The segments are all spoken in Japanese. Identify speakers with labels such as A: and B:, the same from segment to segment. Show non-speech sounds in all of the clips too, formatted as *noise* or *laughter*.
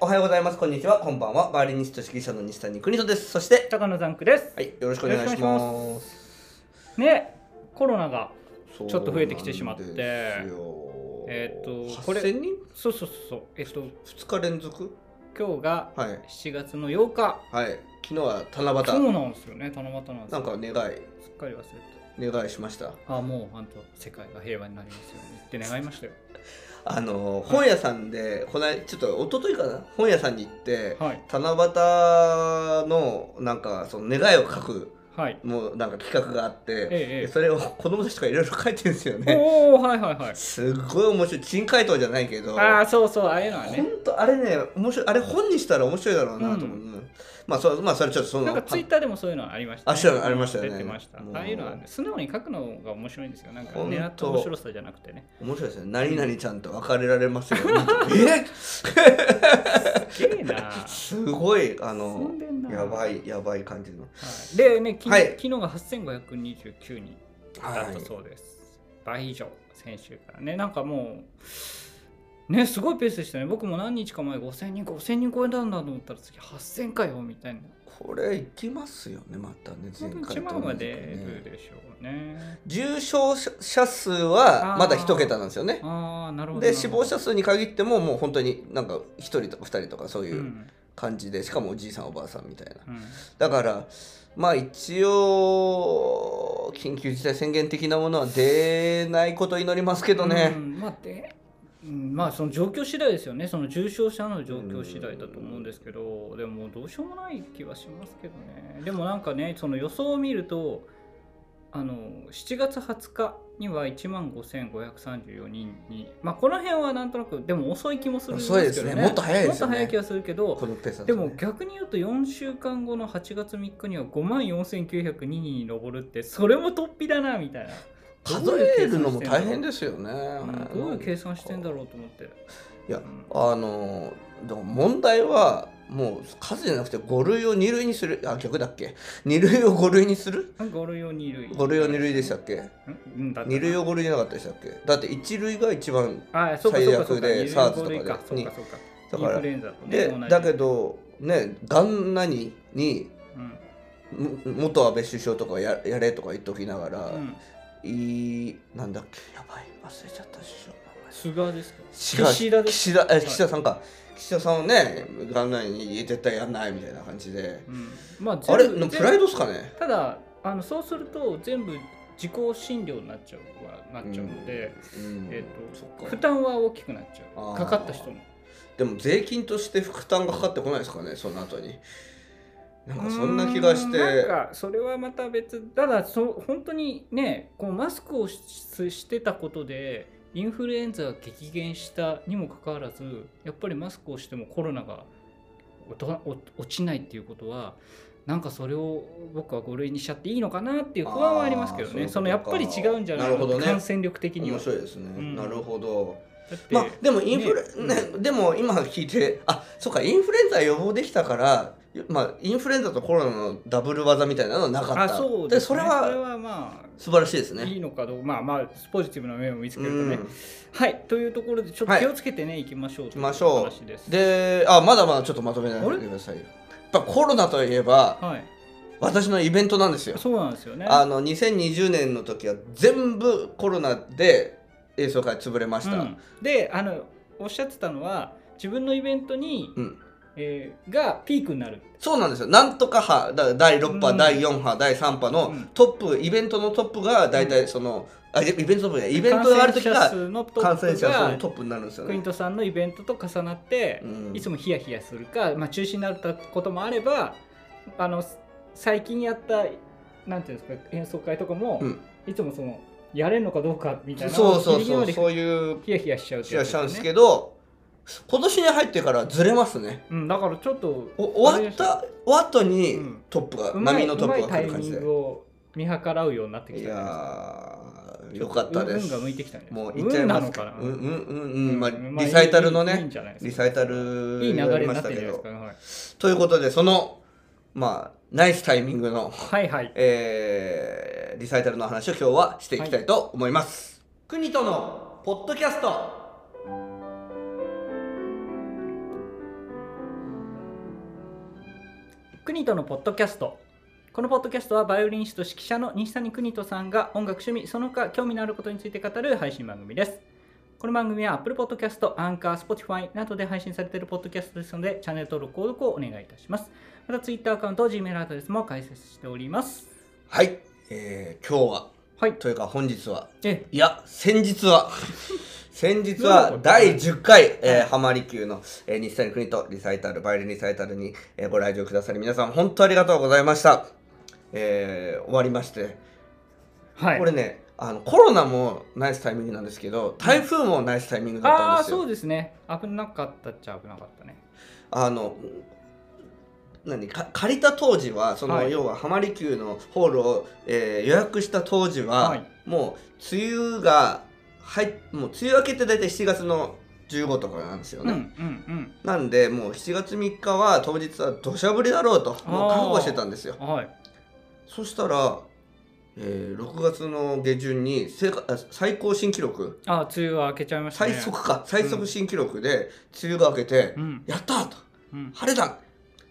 A: はようございます。こんにちは。こんばんは。バイオリニスト指揮者の西谷邦人です。そして、
B: 高野ザンクです。
A: はい、よろしくお願いし
B: よろしく
A: ます。
B: ね、コロナが、
A: そう
B: ちょっと増えてきてしまって
A: なんですよ
B: えっとこれ
A: 8000人
B: そうそうそう、えっと、
A: 2日連続
B: 今日が
A: はい。
B: 7月の8日。
A: はい。昨日は七
B: そ
A: 夕。
B: うなんですよね、七夕なんです
A: なん
B: よ。
A: か願い、
B: すっかり忘れて
A: 願いしました。
B: た。あ、もう、あんと、世界が平和になりますようにって願いましたよ。
A: あの、本屋さんで、こない、ちょっと一昨日かな本屋さんに行って、
B: はい、
A: 七夕のなんかその願いを書く
B: はい。
A: もうなんか企画があって、
B: ええ
A: それを子供たちとかいろいろ書いてるんですよね
B: おお、はいはいはい。
A: すっごい面白い珍解答じゃないけど
B: ああ、そうそう、ああいうのは
A: 本
B: ね。
A: 当あれね面白いあれ本にしたら面白いだろうなと思う、
B: う
A: まあそれまあそれちょっとその
B: なんかツイッターでもそういうのありました、
A: あそうありましたよね
B: 出てました。
A: もう
B: ああいうのはね、素直に書くのが面白いんですよ。なんか
A: ほんと
B: 狙った面白さじゃなくてね。
A: 面白いですね何々ちゃんと別れられますよ、 *laughs* え
B: すげえな。
A: すごい *laughs* あ
B: 進
A: の
B: んでんな
A: やばいやばい感じの
B: はい、でね、き
A: はい
B: 昨日が8529人だったそうです。倍以上、先週からね。なんかもう、ね、すごいペースでしたね。僕も何日か前5000人、5000人超えたんだと思ったら次8000かよみたいな。
A: これいきますよねまたね
B: 多分
A: 前回
B: 1
A: と同
B: 万
A: じく
B: は出
A: ね
B: るでしょうね。
A: 重症者数はまだ一桁なんですよね
B: ああ、なるほど。
A: で死亡者
B: 数
A: 数に限ってももう本当になんか1人とか2人とかそう
B: う
A: いうん感じで、しかもおじいさんおばあさんみたいな
B: うん
A: だからまあ一応緊急事態宣言的なものは出ないことを祈りますけど
B: う
A: ね、
B: んまあで、うんまあその状況次第ですよね。その重症者の状況次第だと思うんですけど、でもどうしようもない気はしますけどね。でもなんかね、その予想を見ると、あの7月20日には1万5534人に、まあこの辺はなんとなくでも遅い気もするんですけど
A: 遅いですねもっと早いですよね
B: もっと早い気がするけど。
A: このペースだ
B: で
A: とね
B: も逆に言うと4週間後の8月3日には5万4902人に上るってそれも突飛だなみたいな
A: 数えるのも大変ですよね、
B: うんどういう計算してんだろうと思って。
A: いや
B: うん
A: あのでも問題はもう数じゃなくて5類を2類にするあ逆だっけ2類を5類にする
B: 5類を2類。
A: 5類を2類でしたっけ
B: うんだったな
A: 2類を5類じゃなかったでしたっけだって1類が一番
B: あそうかそうかそ
A: 最
B: うか。
A: 悪で
B: 二類
A: SARS
B: 五類
A: とかで
B: そうかそう
A: だか
B: か。インフ
A: ら
B: ルエンザとね
A: で
B: 同じ
A: だけどねがん何に
B: うん
A: も元安倍首相とかややれとか言っときながら、
B: うん
A: いいなんだっけやばい忘れちゃった首相の名前
B: 菅ですか
A: 違う
B: 岸田です。
A: 岸田え
B: い
A: 岸田さんか、岸田さんをね元来に絶対やんないみたいな感じで
B: うんまあ
A: あ
B: 全部
A: れ
B: 全部
A: プライドっすかね
B: ただ、あのそうすると全部自己診療になっちゃうはなっちゃうので、
A: うん
B: えっ
A: そ
B: と
A: っか
B: 負担は大きくなっち
A: あ
B: ゃ
A: ー
B: う。かかった人も。
A: でも税金として負担がかかってこないですかねその後になんかそんな気がして
B: うーんなんかそれはまた別ただそ本当にねこうマスクをししてたことでインフルエンザが激減したにもかかわらずやっぱりマスクをしてもコロナがおとお落ちないっていうことはなんかそれを僕は5類にしちゃっていいのかなっていう不安はありますけど
A: あーそういう
B: ね
A: ことか
B: そのやっぱり違うんじゃない
A: なるほどね
B: 感染力的に
A: 面
B: は。
A: 白いですね、
B: うん
A: なるほど
B: だって
A: まあでもインフル、ね
B: ね
A: でも今聞いてあそうかインフルエンザ予防できたからまあインフルエンザとコロナのダブル技みたいなのはなかった
B: あそう
A: で、
B: です、
A: そ
B: ね、
A: れ
B: それ
A: は
B: はまあ
A: 素晴らしいですね
B: いいのかどうかまあまあポジティブな面を見つけると
A: う
B: ね
A: ん、
B: はい、というところでちょっと
A: はい
B: 気をつけてね、行きましょう行
A: きましょう
B: 話です。
A: であまだまだちょっとまとめない
B: あ
A: で
B: れ
A: くださいよやっぱコロナといえば
B: はい、
A: 私のイベントなんですよ
B: そうなんですよね。
A: あの2020年の時は全部コロナで演奏会潰れました、
B: うんで、あのおっしゃってたのは自分のイベントに、
A: うん
B: えーがピークになる。
A: そうなんですよなんとか波だ第6波、
B: うん
A: 第4波第3波の
B: うん
A: トップイベントのトップが大体その、あイベントトップじゃないイベントがある時
B: 感染者
A: が
B: 数のトップが
A: 感染者数のトップになるんですよ
B: クイ
A: ね
B: ン。トさんのイベントと重なって、
A: うん
B: いつもヒヤヒヤするか、まあ、中止になったこともあれば、あの最近やったなんていうんですか演奏会とかも、
A: うん
B: いつもそのやれるのかどうかみたいな、
A: そうそう
B: ギリギリ
A: そ
B: ま
A: う
B: で
A: そういう
B: ヒヤヒヤしちゃうって
A: 気が
B: やつ
A: したんです
B: ね
A: けど今年に入ってからずれますね。
B: うん、だからちょっと
A: お終わった終わったに
B: うん
A: トップが、
B: うまい
A: 波のトップが来る
B: うまい
A: 感
B: タイ
A: じ
B: ミ
A: で
B: ン。グを見計らうようになってき
A: い
B: たね
A: やーよかったです
B: 運。が向いてきたね
A: もう行っちゃいます
B: 運なのかな
A: うんうんうんうんまあ
B: うん
A: リサイタルの
B: いいいいん
A: ね
B: じゃないですか
A: リサイタル
B: いい流
A: や
B: れ
A: り
B: に
A: ま
B: な
A: し
B: って
A: た
B: るん
A: け
B: じゃないです
A: ど
B: か、ね、はい
A: ということでそのまあナイスタイミングの、
B: はいはい
A: えーリサイタルの話を今日はしていきたいと思います。国とのポッドキャスト
B: 国とのポッドキャストこのポッドキャストはバイオリニスト指揮者の西谷邦人さんが音楽趣味その他興味のあることについて語る配信番組ですこの番組は Apple Podcast、Anchor、Spotify などで配信されているポッドキャストですのでチャンネル登録・購読をお願いいたしますまた Twitter アカウント、Gmail アドレスも開設しております
A: はい、えー今日は
B: はい
A: というか本日は
B: え
A: いや先日は *laughs* 先日
B: どういうこ
A: は
B: と
A: 第10回、えー、浜離宮の、えー、西谷邦人リサイタルバイオリンリサイタルに、えーご来場くださり皆さん本当ありがとうございました、えー終わりまして
B: はい
A: これねあのコロナもナイスタイミングなんですけど台風もナイスタイミングだったん
B: ああ
A: ですよ、
B: そうですね危なかったっちゃ危なかったね
A: あの何か借りた当時はその、
B: はい
A: 要は浜離宮のホールを、えー予約した当時は、
B: はい
A: もう梅雨が入っもう梅雨明けって大体7月の15とかなんですよ
B: うんう
A: ね、
B: んうん
A: なんでもう7月3日は当日は土砂降りだろうともう覚悟してたんですよ
B: はい。
A: そしたら、えー6月の下旬にせか最高新記録
B: あ、梅雨は明けちゃいましたね。
A: 最速か最速新記録で梅雨が明けて、
B: うん。
A: やったーと
B: うん。
A: 晴れだ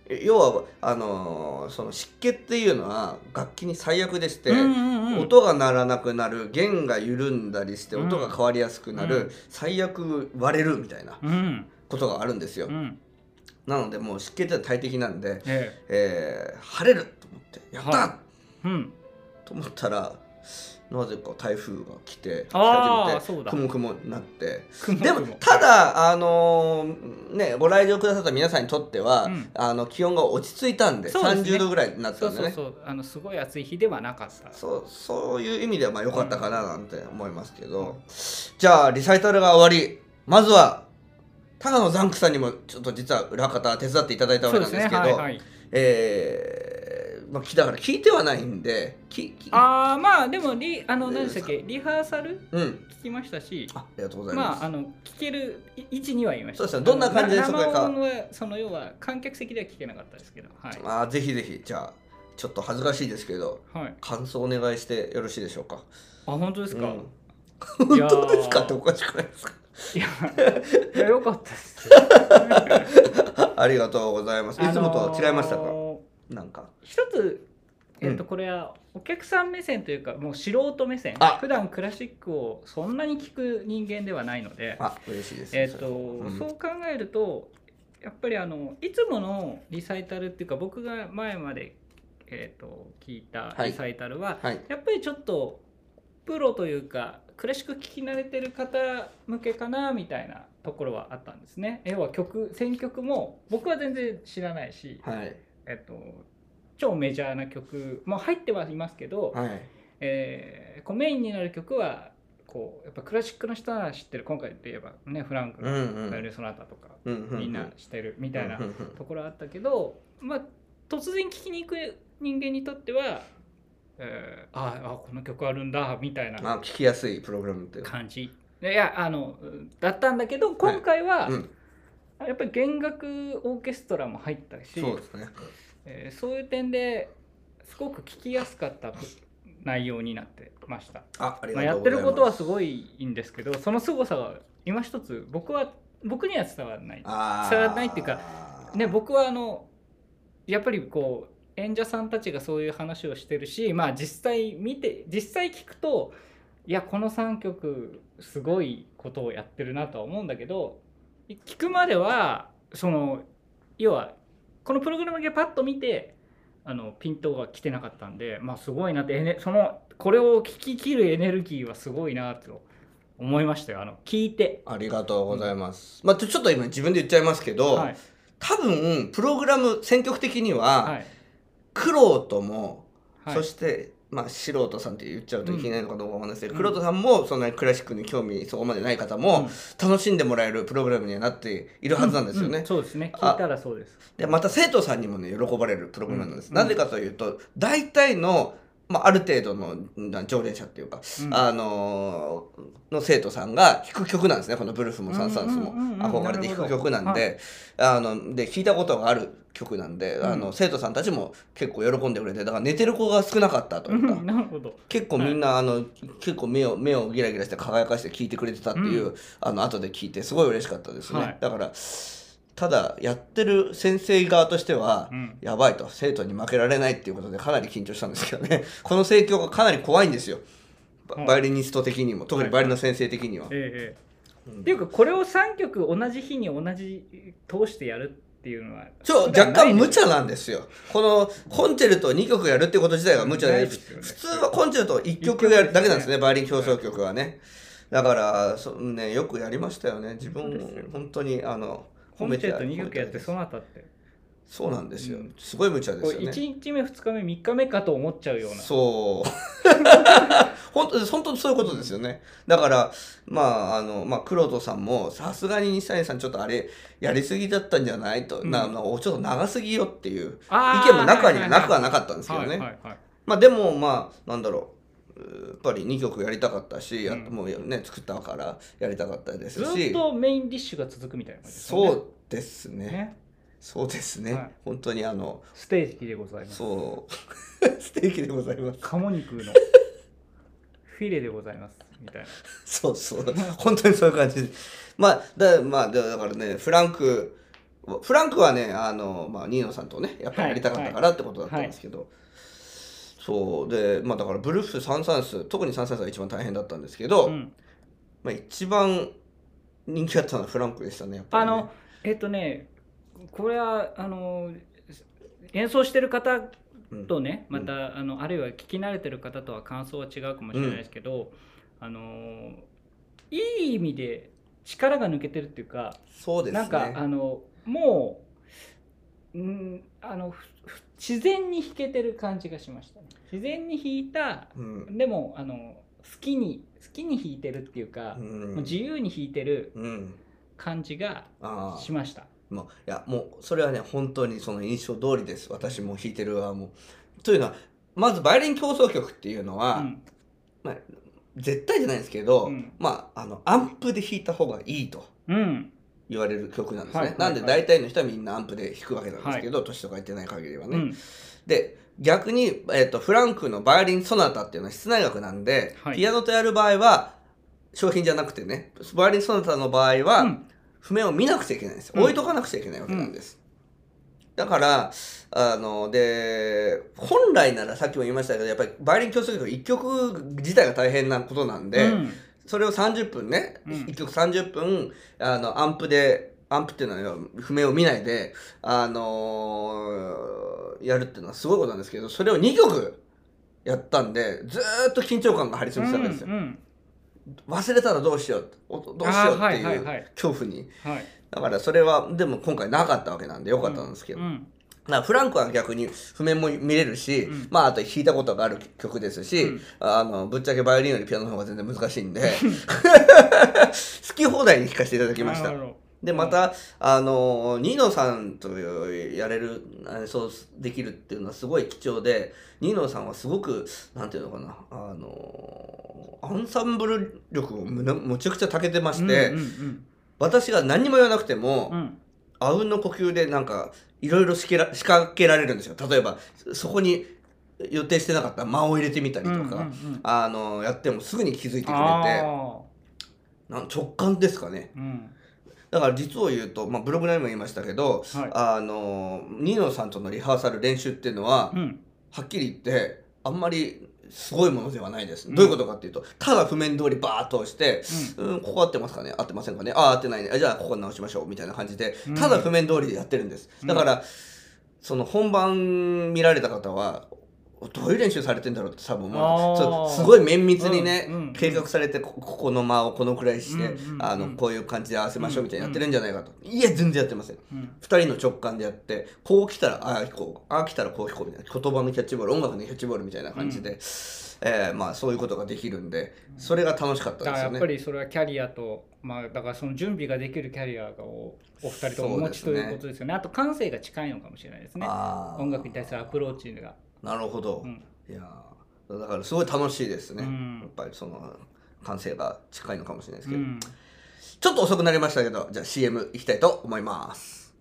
A: え要はあのーその湿気っていうのは楽器に最悪でして、
B: うんうんうん、
A: 音が鳴らなくなる弦が緩んだりして
B: うん
A: 音が変わりやすくなる、
B: うん
A: 最悪割れるみたいな
B: うん。
A: ことがあるんですよ、
B: うん。
A: なのでもう湿気ってのは大敵なんで、
B: え
A: えー晴れると思ってやった、
B: はえ。うん。
A: と思ったらなぜか台風が来て
B: あー
A: 来
B: そうだ
A: 雲雲になって
B: *laughs* 雲
A: でも
B: 雲
A: ただあのーねご来場くださった皆さんにとっては、
B: うん
A: あの気温が落ち着いたんで
B: そうですね
A: 30度ぐらいになった
B: そうん
A: で
B: そう
A: ね
B: そう。あのすごい暑い日ではなかった。
A: そうそういう意味ではまあ良かったかななんて思いますけど、じゃあリサイタルが終わりまずは高野ザンクさんにもちょっと実は裏方手伝っていただいたわ
B: そ
A: け
B: うで
A: なん
B: す
A: で
B: ね。
A: すけど
B: はいはい。
A: えーまあ、きだから聞いてはないんできき
B: ああ、まあでもリあの何でしたっけリハーサル
A: うん
B: 聞きましたし。
A: あありがとうございます。
B: まあ、あの聞けるい位置には言いました。
A: そうですねどんな感じで
B: あの
A: そこでか
B: 生音はその要は観客席では聞けなかったですけど、はい。
A: まあぜひぜひじゃあちょっと恥ずかしいですけど
B: はい、
A: 感想お願いしてよろしいでしょうか。
B: あ、本当ですか。
A: うん
B: いや
A: 本当
B: ー
A: ですかっておかしくないですか。 *laughs*
B: いや、いやよかったです。
A: ありがとうござい *laughs* ます。いつもと違いましたか。
B: あのー
A: なんか
B: 一つ、えっ
A: う
B: と、これはお客さん目線というか、もう素人目線
A: あ
B: 普段クラシックをそんなに聞く人間ではないので、
A: あ嬉しいです。
B: えっと
A: ん
B: そう考えるとやっぱりあのいつものリサイタルっていうか僕が前まで、えっと聞いた
A: はい
B: リサイタルは、
A: はい
B: やっぱりちょっとプロというかクラシック聴き慣れてる方向けかなみたいなところはあったんですね。要は曲選曲も僕は全然知らないし、
A: はい
B: えっと、超メジャーな曲も入ってはいますけど、
A: はい
B: えーこうメインになる曲はこうやっぱクラシックの人は知ってる今回で言えばねフランク
A: うん
B: の
A: うん
B: 「バイオリンソナタ」とか、
A: うんうん
B: みんな知ってるみたいな
A: うんうん
B: ところあったけど、まあ、突然聴きに行く人間にとっては、えーああこの曲あるんだみたい
A: うんま
B: な
A: あ聞きやすいプログラムっていうか。
B: 感じ。いやあのだったんだけど今回は、
A: うん
B: やっぱり弦楽オーケストラも入ったし
A: そうですね。
B: えーそういう点ですごく聞きやすかった内容になってました。
A: ああり
B: まあ、
A: が
B: や
A: と
B: っ
A: う
B: て
A: ございます。
B: ることはすごいいいんですけどその凄さは今一つ僕は僕には伝わらない。
A: あー
B: 伝わらないっていうかね、僕はあのやっぱりこう演者さんたちがそういう話をしてるし、まあ、実際見て実際聞くといやこの3曲すごいことをやってるなとは思うんだけど聞くまではその要はこのプログラムだけパッと見てあのピントが来てなかったんで、まあ、すごいなってエネそのこれを聞き切るエネルギーはすごいなと思いましたよあの聞いて。
A: ありがとうございます。まあちょちょっと今自分で言っちゃいますけど、
B: はい
A: 多分プログラム選曲的に
B: は
A: はい苦労とも
B: はい
A: そして、まあ、素人さんって言っちゃうといけないのかどうかわかんないですけど、
B: うん
A: クロトさんもそんなにクラシックに興味そこまでない方も楽しんでもらえるプログラムにはなっているはずなんですよね。
B: ううそうですね聞いたらそうです。
A: でまた生徒さんにもね喜ばれるプログラムなんです。
B: うん
A: なぜかというと大体の、まあ、ある程度のな常連者っていうか、
B: うん
A: あのーの生徒さんが弾く曲なんですねこのブルフもサンサンスも
B: うんうんうんうん
A: 憧れて弾く曲なん
B: な
A: で,、あので弾いたことがある曲なんで、あの生徒さんたちも結構喜んでくれてだから寝てる子が少なかったというか。
B: うんなるほど。
A: 結構みんな、あの結構目を目をギラギラして輝かして聞いてくれてたっていう、あの後で聞いてすごい嬉しかったですね、
B: はい
A: だからただやってる先生側としては、
B: うん
A: やばいと生徒に負けられないっていうことでかなり緊張したんですけどねこの盛況がかなり怖いんですよバ
B: はい
A: バイオリニスト的にも特にバイオリンの先生的には、
B: ええ
A: うん
B: っていうかこれを3曲同じ日に同じ通してやるっていうのは
A: ちょ
B: 普段
A: 若
B: ない
A: 干
B: です
A: 無茶なんですよこのコンチェルト2曲やるってこと自体が無茶
B: ない
A: で
B: ですよね
A: 普通はコンチェルト1曲やるだけなんですねバイオリン協奏曲はねだからそ、ね、よくやりましたよね自分
B: そうですよ
A: 本当にあの
B: コンチェルト2
A: 褒め
B: 曲
A: て
B: や
A: あげ
B: って
A: たい
B: そなたって
A: そうなんですよ
B: うん
A: すごい無茶で
B: こ
A: す
B: れ
A: よね
B: 1日目2日目3日目かと思っちゃうような
A: そう *laughs* 本当本当そういうことですよねだからまああのまあ黒人さんもさすがに西谷さんちょっとあれやりすぎだったんじゃないと、
B: うん
A: ななちょっと長すぎよっていう
B: あー
A: 意見も中にはなくは
B: はい
A: なかったんですけどね、
B: はいはいはい
A: まあでもまあなんだろううーやっぱり2曲やりたかったし、や
B: うん
A: もうね作ったからやりたかったです
B: ず
A: し
B: っとメインディッシュが続くみたいな感じですよね
A: そうですね
B: ね
A: そうですね、
B: はい
A: 本当にあの
B: ステーキでございます
A: そう *laughs* ステーキでございます
B: 鴨肉のフィレでございますみたいな
A: そうそう本当にそういう感じでまあだ,、まあ、だだからねフランクフランクはねあの、まあ、ニーノさんとねやっぱりやりたかったからってことだったんですけど、そうでまあだからブルフサンサンス特にサンサンスが一番大変だったんですけど、
B: うん
A: まあ、一番人気だったのはフランクでしたねやっぱ
B: あ
A: り、ね、
B: のえっとねこれはあの演奏してる方
A: うん
B: とね
A: う
B: ま
A: ん
B: た、あのあるいは聞き慣れてる方とは感想は違うかもしれないですけど、あのいい意味で力が抜けてるっていうか
A: そうですね
B: なんかあのもう、うん、あのふふ自然に弾けてる感じがしました、ね、自然に弾いた
A: うん
B: でもあの好きに好きに弾いてるっていうか
A: う、ん
B: もう自由に弾いてる
A: うん
B: 感じが
A: あ
B: し
A: あ
B: ました。
A: もういやもうそれはね本当にその印象通りです私も弾いてる側もというのはまずバイオリン競争曲っていうのは、
B: うん
A: 絶対じゃないんですけど、
B: うん
A: まああのアンプで弾いた方がいいと
B: うん
A: 言われる曲なんですね、
B: はいはい
A: なんで大体の人はみんなアンプで弾くわけなんですけど、年とか言ってない限りは
B: う
A: ね、
B: ん
A: で逆に、えっとフランクのバイオリン・ソナタっていうのは室内楽なんで、
B: はい
A: ピアノとやる場合は商品じゃなくてねバイオリン・ソナタの場合は、
B: うん
A: 譜面を見なくちゃいけないんです、
B: うん
A: 置いとかなくちゃいけないわけなんです、だからあので本来ならさっきも言いましたけどやっぱりバイオリン教室曲1曲自体が大変なことなんで、
B: うん
A: それを30分ね、
B: うん
A: 1曲30分あのアンプでアンプっていうのは要は譜面を見ないで、あのーやるっていうのはすごいことなんですけどそれを2曲やったんでずーっと緊張感が張り
B: う
A: 付いてたんですよ、
B: ん
A: 忘れたらどうしようおどうしようってい
B: あーはいはいうはい
A: 恐怖に
B: はい
A: だからそれはでも今回なかったわけなんでよかったんですけど、
B: ううん
A: だからフランクは逆に譜面も見れるし、
B: うん
A: まああと弾いたことがある曲ですし、
B: うん
A: あのぶっちゃけバイオリンよりピアノの方が全然難しいんで *laughs* 好き放題に弾かせていただきました
B: なる。ほど
A: でまた、あのニーノさんとやれるあそうできるっていうのはすごい貴重でニーノさんはすごくなんていうのかなあのアンサンブル力をむなむちゃくちゃたけてまして、
B: うんうん
A: 私が何も言わなくても、
B: うんうん
A: あうんの呼吸でなんかいろいろ仕掛けら仕掛けられるんですよ例えばそこに予定してなかった間を入れてみたりとか、
B: うんうんうん
A: あのやってもすぐに気づいてくれて
B: あ
A: なん直感ですかね
B: ーうん
A: だから実を言うと、まあ、ブログ内にも言いましたけど、
B: はい
A: あのニノさんとのリハーサル練習っていうのは、
B: うん
A: はっきり言ってあんまりすごいものではないです、
B: うん
A: どういうことかっていうとただ譜面通りバーッと押して、うん、ここ合ってますかね合ってませんかねああ合ってないねあじゃあここ直しましょうみたいな感じで
B: うん
A: ただ譜面通りでやってるんです、
B: うん
A: だからその本番見られた方はどういう練習されてんだろうって多分思うんです
B: あー
A: そうすごい綿密にね、
B: うんうん
A: 計画されてこここの間をこのくらいして、
B: うんうん
A: あのこういう感じで合わせましょうみたいにやってるんじゃないかと、いや全然やってません
B: うん
A: 2人の直感でやってこう来たらああ弾こうああ来たらこう弾こうみたいな言葉のキャッチボール音楽のキャッチボールみたいな感じで、えーまあ、そういうことができるんでそれが楽しかったで
B: だか
A: す
B: らや
A: よ
B: っぱ
A: ね。
B: りそれはキャリアとまあだからその準備ができるキャリアをお二人ともお持ち
A: そ
B: と
A: う
B: い
A: ですね
B: うことですよねあと感性が近いのかもしれないですね
A: あー
B: 音楽に対するアプローチが
A: なるほど、
B: うん
A: いやーだからすごい楽しいですね、
B: うん
A: やっぱりその感性が近いのかもしれないです
B: う
A: けど、
B: ん
A: ちょっと遅くなりましたけどじゃあ CM いきたいと思います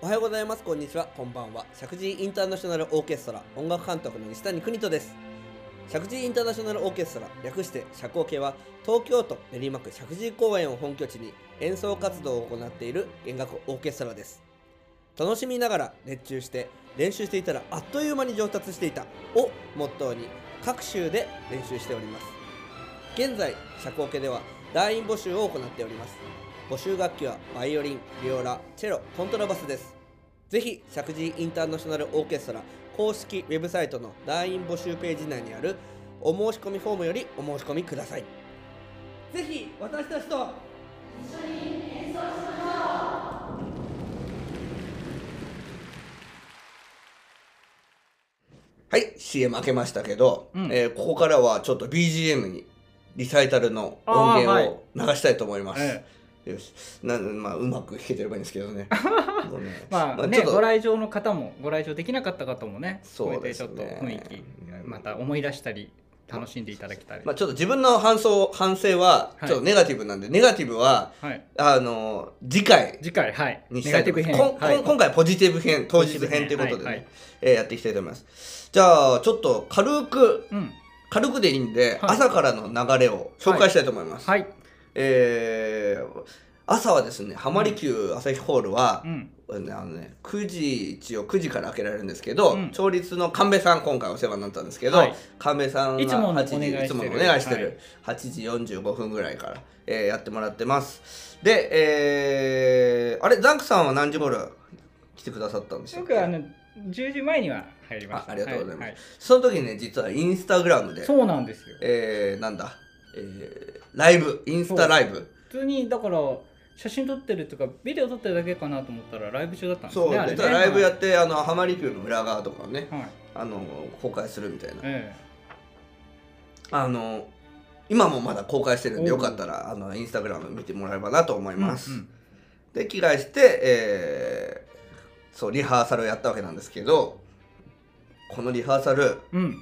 A: おはようございますこんにちはこんばんは石神井インターナショナルオーケストラ音楽監督の西谷邦人です石神井インターナショナルオーケストラ略して社交系は東京都練馬区石神井公園を本拠地に演奏活動を行っている弦楽オーケストラです楽しみながら熱中して練習していたらあっという間に上達していたをモットーに各州で練習しております現在社交系では団員募集を行っております募集楽器はバイオリンビオラチェロコントラバスですぜひ石神井インターナショナルオーケストラ公式ウェブサイトの団員募集ページ内にあるお申し込みフォームよりお申し込みくださいぜひ私たちとはい CM 開けましたけど、
B: うん
A: えーここからはちょっと BGM にリサイタルの音源を流したいと思います、
B: え
A: よしなまあうまく弾けてればいいんですけど
B: *laughs*
A: ねもうね
B: まあ
A: ち
B: ね、
A: ょっと
B: ご来場の方もご来場できなかった方もね
A: そう
B: こうやって
A: です
B: ちょっと
A: ね
B: 雰囲気
A: うん
B: また思い出したり楽しんでいただきたい、
A: まあ、ちょっと自分の反省反省は
B: はい
A: ちょっとネガティブなんで、ネガティブは
B: はい、
A: あの次回
B: 次回はい
A: に
B: ネ
A: した
B: ガ
A: いと
B: ティ
A: 思
B: ブ
A: います
B: 編
A: こんこん
B: はい
A: 今回はポジティブ編当日
B: ポジティ
A: 編とい
B: ブ
A: う
B: 編
A: ことでね、
B: はいはい
A: えーやっていきたいと思いますじゃあちょっと軽く
B: うん
A: 軽くでいいんで、
B: い
A: 朝からの流れを紹介したいと思います、
B: はい
A: えー朝はですね浜離宮朝日ホールは、
B: うん
A: あのね、9時一応9時から開けられるんですけど、
B: うん
A: 調律の神戸さん今回お世話になったんですけど、
B: はい
A: 神戸さんが
B: いつもの
A: 8時
B: お願いしてる
A: いつものお願いしてる、8時45分ぐらいから、えーやってもらってますでえーあれザンクさんは何時頃来てくださったんでしょ
B: 僕はあの10時前には入りました
A: あありがとうございます
B: はは
A: その時ね実はインスタグラムで
B: そうなんですよ
A: えーなんだ、えーライブインスタライブ
B: 普通にだから写真撮ってるとかビデオ撮ってるだけかなと思ったらライブ中だったんですね
A: そう
B: あれね
A: 実はライブやってあの浜離宮の裏側とかをね
B: はい、はい
A: あの公開するみたいな
B: え
A: あの今もまだ公開してるんでよかったらあのインスタグラム見てもらえればなと思い
B: え
A: ます、
B: うん
A: で着替えして、えーそうリハーサルをやったわけなんですけどこのリハーサル
B: うん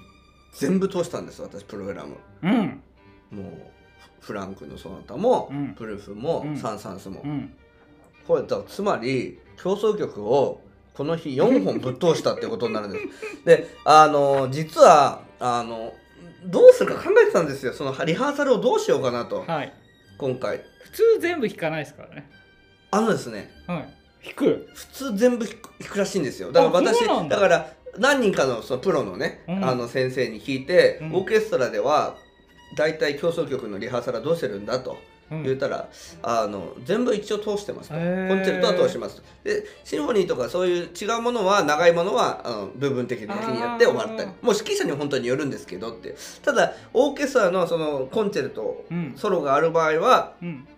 A: 全部通したんです私プログラム
B: うんうん
A: もうフランクのその他も、
B: うん
A: プルフも、
B: うん
A: サンサンスも、
B: うん
A: これだからつまり競争曲をこの日4本ぶっ通したってことになる
B: *laughs*
A: んですであの実はあのどうするか考えてたんですよそのリハーサルをどうしようかなと
B: はい
A: 今回
B: 普通全部弾かないですからね
A: あのですね
B: はい弾く
A: 普通全部弾く弾くらしいんですよだから
B: あ
A: 私
B: そうなん
A: だ
B: だ
A: から何人かのそのプロのね、
B: うん
A: あの先生に聞いて、
B: うん
A: オーケストラでは大体競争曲のリハーサルはどうしてるんだと
B: うん
A: 言ったら、あの全部一応通してますと、
B: へー
A: コンチェルトは通しますとでシンフォニーとかそういう違うものは長いものはあの部分的に先にやって終わったり
B: あ
A: もう指揮者に本当によるんですけどってただオーケストラのそのコンチェルト、
B: うん
A: ソロがある場合は
B: うん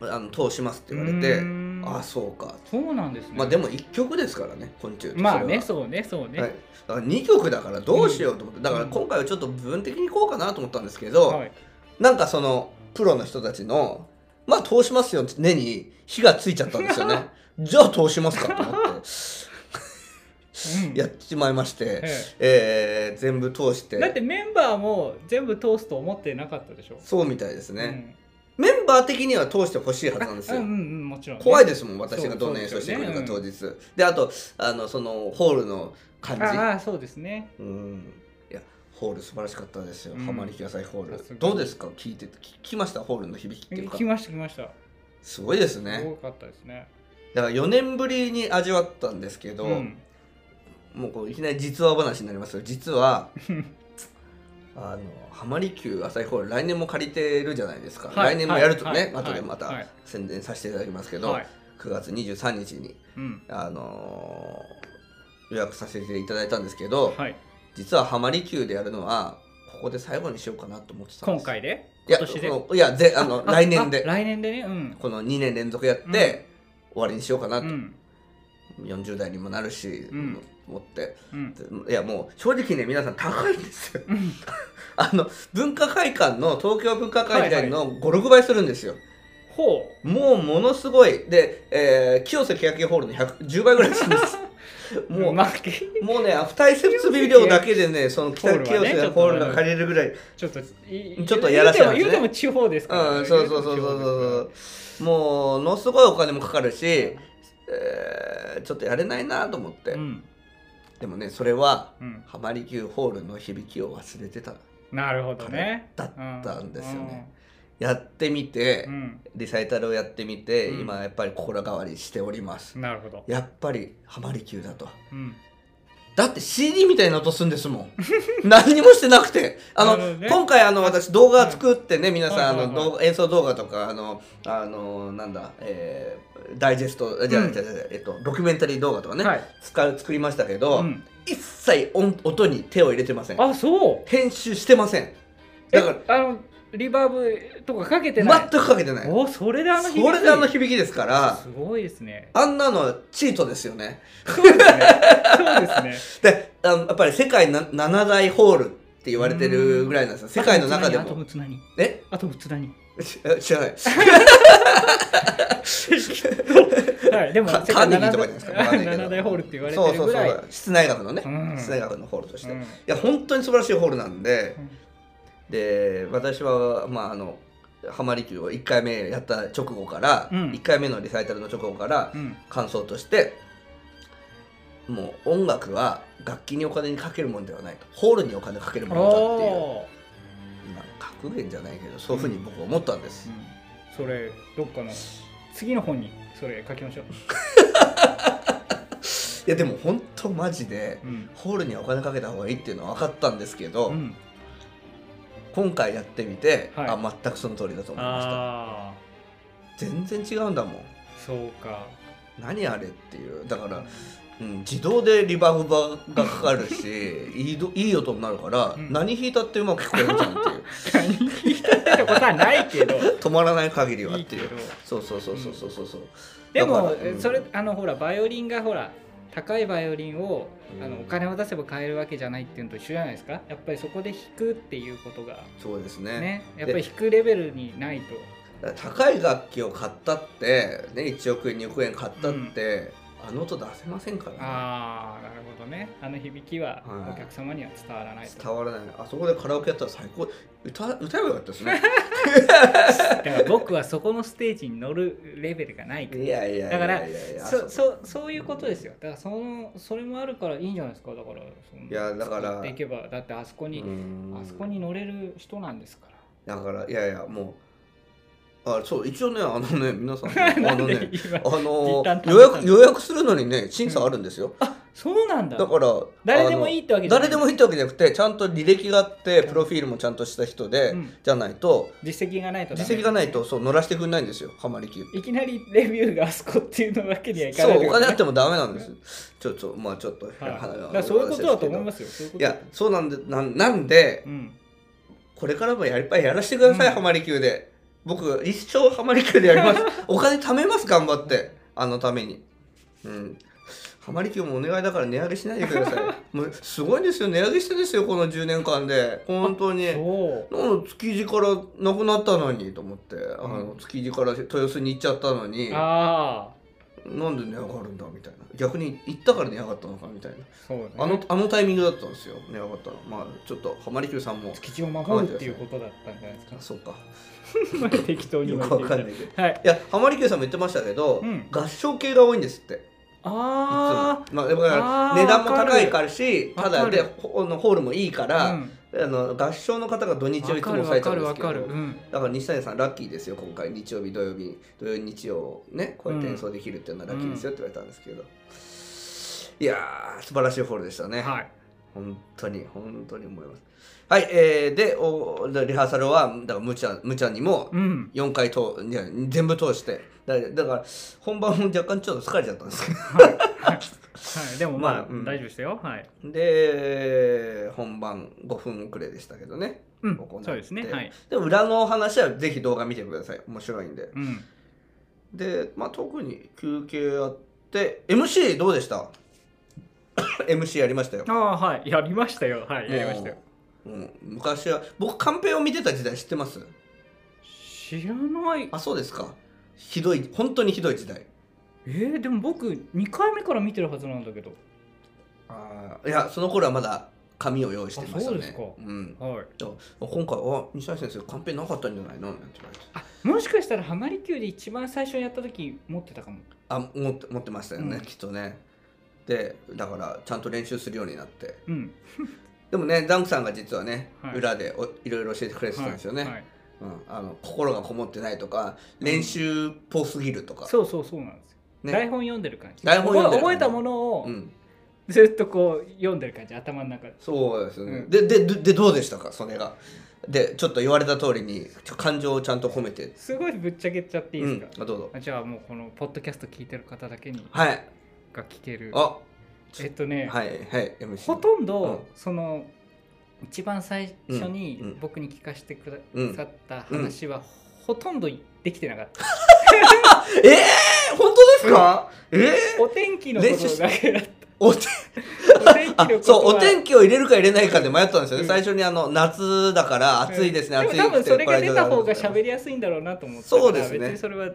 A: あの通しますって言われて
B: うーん
A: ああそうか
B: そうなんですね
A: まあでも1曲ですからね、昆虫って
B: まあね
A: そ
B: そうねそう
A: れ
B: ね
A: ははい、だから2曲だからどうしようと思って、だから
B: うん
A: 今回はちょっと部分的にいこうかなと思ったんですけど、
B: はい
A: なんかそのプロの人たちの、まあ通しますよって根に火がついちゃったんですよね。
B: *laughs*
A: じゃあ通しますかと思っ
B: うん
A: てやっちまいまして、
B: え
A: えー全部通し、
B: えだっててメンバーも全部通すと思ってなかったでしょ
A: そうみたいですね、
B: うん
A: メンバー的には通してほしいはずなんです
B: う
A: よ
B: ん。うんもちろんね
A: 怖いですもん私がどんな演
B: そ
A: 奏
B: う
A: してくれるか
B: そ
A: 当
B: う
A: 日で,、あとあのそのホールの感じ
B: ああそうですね
A: うんいやホール素晴らしかったですよ、
B: うん
A: 浜離宮朝日ホー
B: さすが
A: ル
B: に
A: どうですか聞いてて聞きましたホールの響きっていうか
B: 来ました来ました
A: すごいです
B: す
A: ね
B: ごかったですね
A: だから4年ぶりに味わったんですけど、
B: うん
A: もうこういきなり実話話になりますよ実
B: *laughs*
A: はあの浜離宮朝日ホール来年も借りてるじゃないですか、
B: はい
A: 来年もやるとね、
B: はいはい
A: 後でま
B: は
A: た
B: い
A: 宣伝させていただきますけど、
B: はい
A: 9月23日に、
B: うん
A: あのー予約させていただいたんですけど、
B: はい
A: 実は浜離宮でやるのはここで最後にしようかなと思ってたんで
B: 今
A: す
B: 回で
A: いや
B: 今年で
A: このいやぜあ
B: *laughs*
A: の来年
B: あ
A: で
B: 来年でねうん
A: この2年連続やって、終わりにしようかな
B: う
A: と、
B: ん
A: 40代にもなるし、
B: ん
A: 思って *laughs*
B: うん
A: でいやもう正直ね皆さん高いんですよ *laughs*
B: うん
A: あの文化会館の東京文化会館の56倍するんですよ、
B: ほ
A: もうものすごいで、えー、清瀬欅ホールの100 10倍ぐらいするんです
B: *laughs* う
A: もう
B: *laughs* 負け
A: もうね二施設ビデオだけでねその北
B: ホールは
A: 清
B: ね
A: 瀬ホールが借りれるぐらい
B: ちょっとい
A: ちょっとやらせなんですね
B: 言うても言うても地方ですから
A: うん、そうそうそうそうそうそうもうものすごいお金もかかるし、えーちょっとやれないなと思って、
B: うん
A: でもねそれは
B: うん、
A: 浜離宮ホールの響きを忘れてた
B: なるほどね。
A: だったんですよねやってみて、
B: うん。うん
A: リサイタルをやってみて、
B: うん
A: 今やっぱり心変わりしております、
B: なるほど。
A: やっぱり浜離宮だと
B: うん、
A: だって CD みたいな音するんですもん *laughs* 何にもしてなくてあの、
B: なるほどね
A: 今回あの私動画作ってね皆さん、
B: はいは
A: あ
B: いは
A: の
B: い
A: 動画演奏動画とかあのあのなんだ、えーダイジェストじゃあ、
B: うん
A: じゃあじゃあえっと、ドキュメンタリー動画とかね、
B: はい
A: 使う作りましたけど、
B: うん
A: 一切音音に手を入れてません
B: あ、そう。
A: 編集してません
B: え
A: だから
B: あのリバーブとかかけて
A: 全
B: ない。
A: くかけてない
B: お、それであの
A: それであの
B: 日
A: 響きですから
B: すごいですね。
A: あんなのチートですよね
B: そうですね。そう
A: *laughs*
B: ですね。
A: であのやっぱり世界な7大ホールって言われてるぐらいなんですよ世界の中で
B: あと
A: も
B: 六つ何？
A: え *laughs*
B: あと六つ何？
A: し知らない
B: はい。でも
A: カ
B: 世
A: カー
B: 界
A: ネギー
B: 七
A: とかじゃない
B: 大
A: ですかわかんないけど
B: *laughs* 七大ホールって言われてるぐらい。
A: そうそうそう室内楽のね、
B: うん
A: 室内楽のホールとして、
B: うん
A: いや本当に素晴らしいホールなんで
B: うん
A: で私はまああの浜離宮を1回目やった直後から、
B: うん
A: 1回目のリサイタルの直後から
B: うん。
A: 感想としてもう音楽は楽器にお金にかけるもんではないとホールにお金かけるものだっていう
B: おー
A: まあ、格言じゃないけどそういうふうに僕は思ったんです、
B: うんそれどっかの次の本にそれ書きましょう。
A: いやでも本当マジで
B: うん。
A: ホールにはお金かけた方がいいっていうのは分かったんですけど、
B: うん。
A: 今回やってみて、
B: はい
A: あ全くその通りだと思いました
B: ああ
A: 全然違うんだもん
B: ー、そうか。
A: 何あれっていうだから、うん、自動でリバーブがかかる
B: *laughs*
A: しいいどいい音になるから、
B: うん
A: 何弾いたってうまく聞こえるじゃんっていう
B: 何聞いたってことはないけど。 *laughs*
A: 止まらない限りはっ
B: いい
A: て
B: け
A: いう
B: ど。
A: そうそうそうそうそうそうそう
B: で
A: だ
B: も
A: からうん
B: それあのほらバイオリンがほら高いバイオリンを
A: うん
B: あのお金を出せば買えるわけじゃないっていうのと一緒じゃないですか。やっぱりそこで弾くっていうことが
A: そうですね
B: ね、やっぱり弾くレベルにないと。
A: 高い楽器を買ったって、ね、1億円2億円買ったって、あの音出せませんから、ね、
B: ああ、なるほどね。あの響きは
A: はい
B: お客様には伝わらないと。
A: 伝わらないあそこでカラオケやったら最高歌歌えばよかったです
B: *laughs*
A: ね
B: だから僕はそこのステージに乗るレベルがないから
A: いやいやいやいや
B: だから
A: いやいや
B: そ
A: あこ
B: そそういうことですよだからそのそれもあるからいいんじゃないですかだからその
A: いやだから
B: 作っていけばだってあそこに、
A: うん
B: あそこに乗れる人なんですから
A: だからいやいやもうあそう一応ねあの
B: *laughs*
A: ね皆さんね
B: な
A: あ
B: ん
A: の
B: で
A: ね
B: *laughs* 今
A: あの
B: 一旦
A: 予約予約するのにね審査あるんですよ、
B: そうなんだ
A: だから
B: 誰で
A: あ
B: も
A: の
B: いいってわけじゃな
A: 誰
B: い
A: でもいいってわけじゃなくてちゃんと履歴があってプロフィールもちゃんとした人で、
B: うん
A: じゃないと
B: 実績がないとダメ
A: 実績がないとそう乗らせてくれないんですよハマリキュー
B: いきなりレビューがあそこっていうのだけにはいか
A: そ
B: ないう
A: お金あって
B: も
A: もダメなんですちょっとまあちょっと、
B: はい、だ
A: 話は
B: からそういうことだと思いますよそういうこと
A: いやそうなんでなんなんで
B: うん
A: これからもやりっぱりやらせてください、
B: うん
A: ハマリキューで僕一生ハマリキューでやります
B: *laughs*
A: お金貯めます頑張ってあのためにうんハマリキューもお願いだから値上げしないでくださ
B: *laughs*
A: いもうすごいですよ値上げしてですよこの10年間で本当に
B: そう
A: なんで築地からなくなったのにと思って、あの築地から豊洲に行っちゃったのに
B: ああ
A: なんで値上がるんだみたいな逆に行ったから値上がったのかみたいな
B: そうね
A: あのあのタイミングだったんですよ値上がったのまあちょっと浜離宮さんも
B: 築地を守るっていうことだったんじゃないですか
A: あそうか
B: *laughs* 適当に
A: よ
B: 言
A: く
B: わ
A: わ
B: れ
A: か
B: て
A: ん
B: み
A: ないけど
B: たはい
A: いや浜離宮さんも言ってましたけど、
B: うん
A: 合唱系が多いんですっていつも
B: あ
A: まあ、だから
B: あー
A: 値段も高いからした
B: わかる
A: だでほのホールもいいか
B: あ
A: ら、
B: うん
A: あの合唱の方が土日をいつも抑え
B: わ
A: て
B: か
A: るんですけど
B: るわかるわかるうん
A: だから西谷さんラッキーですよ今回日曜日土曜日土曜日日曜をねこうやって演奏できるっていうのはラッキーですよって言われたんですけど、いやー素晴らしいホールでしたね、
B: はい
A: 本当に本当に思いますはい、えーでおでリハーサルはだからむちゃむちゃにも
B: うん
A: 4回と全部通してだだから本番も若干ちょっと疲れちゃったんですけ
B: はいでも
A: ま
B: ま
A: あ
B: あ
A: うん
B: 大丈夫でしたよはい
A: ど *laughs* で本番5分遅れでしたけどね
B: うん
A: 行って
B: そうですねはい
A: でも裏のお話はぜひ動画見てください面白いんで
B: うん
A: で、まあ、特に休憩あって MC どうでした *coughs* MC やりましたよ
B: ああはいやりましたよはいやりましたよ
A: もううん昔は僕カンペを見てた時代知ってます
B: 知らない
A: あそうですかひどい本当にひどい時代
B: えー、でも僕2回目から見てるはずなんだけど
A: あいやその頃はまだ紙を用意してましたね
B: あそうですか
A: うん
B: はい
A: でも今回は西谷先生カンペなかったんじゃないのなんて言われて
B: あもしかしたら浜離宮で一番最初にやった時持ってたかも
A: あ持って持ってましたよね、
B: うん
A: きっとねでだからちゃんと練習するようになって
B: うん
A: でもねダンクさんが実はね、
B: はい
A: 裏でおいろいろ教えてくれてたんですよね、
B: はいはい
A: うん、あの心がこもってないとか練習っぽすぎるとか、
B: そうそうそうなんですよ、
A: ね
B: 台本読んでる感じ
A: 台本読んでる
B: 覚え覚えたものを
A: うん
B: ずっとこう読んでる感じ頭の中で
A: そうですよね、
B: うん
A: ででででどうでしたかそれがでちょっと言われた通りにちょ感情をちゃんと褒めて
B: すごいぶっちゃけちゃっていいですか、
A: うん、あどうぞ
B: あじゃあもうこのポッドキャスト聞いてる方だけに
A: はい
B: が聞ける
A: あ
B: えっとね、
A: はいはい MC
B: ほとんど、
A: うん
B: その一番最初
A: うんう
B: に
A: ん
B: 僕に聞かせてくだ
A: うん
B: さった話は、ほとんどできてな
A: *laughs*
B: かった、
A: ええー、本当ですかええー、
B: お天気のことだけだっ
A: お天
B: たお天気の
A: あ
B: こと
A: そう
B: は
A: お天気を入れるか入れないかで迷ったんですよね、
B: うん
A: 最初にあの夏だから暑いですね、暑い
B: でも多分それが出た方が
A: る
B: 喋りやすいんだろうなと思って
A: そうですね
B: 別にそれはあ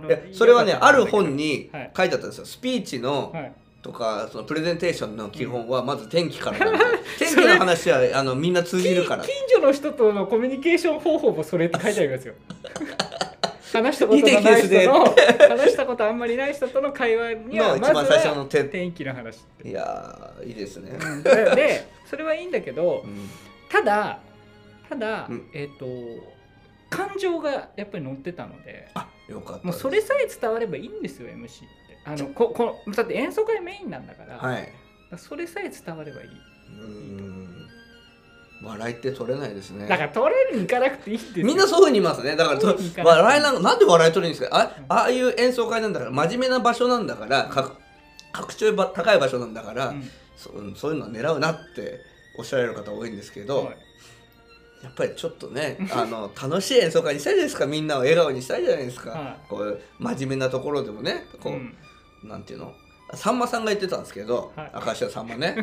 B: の
A: それはね
B: 良か
A: あ
B: ったん
A: る
B: だけど
A: 本に書いてあったんですよ、スピーチの、
B: はい、
A: とかそのプレゼンテーションの基本はまず天気からなんで、天気の話はあのみんな通じるから
B: 近近所の人とのコミュニケーション方法もそれって書いてあり
A: *laughs*
B: ますよ話したことがない人の話したことあんまりない人との会話に
A: の
B: は
A: 一
B: まず
A: 番最初
B: は
A: の手
B: 天気の話って
A: いやーいいですね、
B: うんででそれはいいんだけど
A: うん
B: ただただ、
A: うん
B: えっ、と感情がやっぱり乗ってたので
A: あよかった
B: もうそれさえ伝わればいいんですよ MC ってあのここのだって演奏会メインなんだから、
A: はい
B: それさえ伝わればいいう
A: ーん笑いって取れないですね
B: だから取れるに行かなくていいんですよ
A: みんなそういうふうに言いますね。だからと
B: そういうふうに言い方
A: 笑いなんかなんで笑い取りにですかあああいう演奏会なんだから真面目な場所なんだからか格調ば高い場所なんだから、
B: うん
A: そうんそういうのを狙うなっておっしゃられる方多いんですけど、
B: はい
A: やっぱりちょっとねあの *laughs* 楽しい演奏会にしたいじゃないですかみんなを笑顔にしたいじゃないですか、
B: は
A: こういう真面目なところでもねこう、
B: うん
A: なんていうのさんまさんが言ってたんですけど、
B: はい
A: 明石家さんま
B: *laughs*
A: ね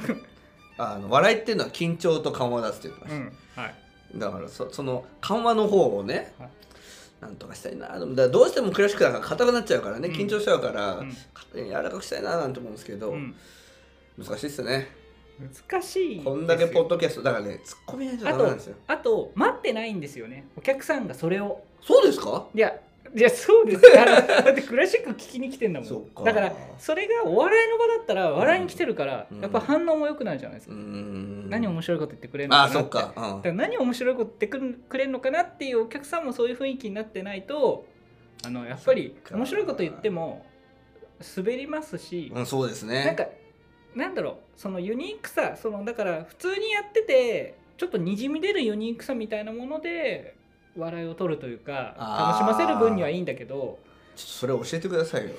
A: あの笑いっていうのは緊張と緩和だって言ってました。
B: うんはい
A: だからそその緩和の方をね、
B: はい
A: なんとかしたいなでもだからどうしてもクラシックだから硬くなっちゃうからね
B: うん
A: 緊張しちゃうから、
B: うん
A: か柔らかくしたいななんて思うんですけど、
B: うん
A: 難しいっすね
B: 難しい
A: こんだけ
B: です
A: ポ
B: よ
A: ッドキャストだからね突っ込みないと
B: あ
A: ダメなんです
B: と
A: よ
B: あと待ってないんですよねお客さんがそれを
A: そうですか
B: いやいやそ
A: *laughs*
B: うですよあのだってクラシック聞きに来てんだも
A: そうんか
B: だからそれがお笑いの場だったら笑いに来てるから、
A: うん
B: やっぱ反応も良くなるじゃないです
A: う
B: か
A: ー、ん
B: 何面白いこと言ってくれるのか
A: あ
B: なって
A: そっか、うん
B: だから何面白いこと言ってくるくれるのかなっていうお客さんもそういう雰囲気になってないとあのやっぱり
A: そっか
B: 面白いこと言っても滑りますし、
A: うん、そうですね
B: なんかなんだろうそのユニークさそのだから普通にやっててちょっとにじみ出るユニークさみたいなもので笑いを取るというか
A: あー
B: 楽しませる分にはいいんだけど
A: ちょっとそれ教えてくださいよ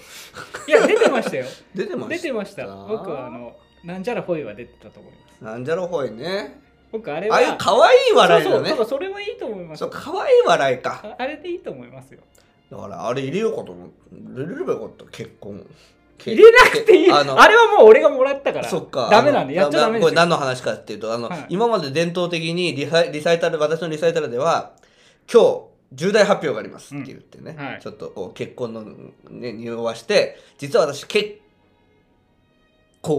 B: いや出てま
A: *laughs*
B: したよ
A: 出てました
B: 出てました僕はあのなんじゃらほいは出てたと思います
A: なんじゃろほいね
B: 僕あれ
A: あ
B: は
A: あいう可愛い笑い
B: そうそ
A: だ
B: う
A: ね
B: だからそれはいいと思います
A: そう可愛い笑いか
B: ああれでいいと思いますよ
A: だからあれ入れようかと思って入れればよかった結婚
B: 入れなくていい
A: あ
B: *laughs* あ
A: の
B: れはもう俺がもらったから
A: そっか
B: ダメなんで
A: あの
B: やっちゃダメで
A: これ
B: すよ
A: 何の話かっていうとあの、
B: はい
A: 今まで伝統的にリサイリサイタル私のリサイタルでは今日重大発表がありますって言ってね、
B: うんはい
A: ちょっとこう結婚の、ね、匂わして実は私結構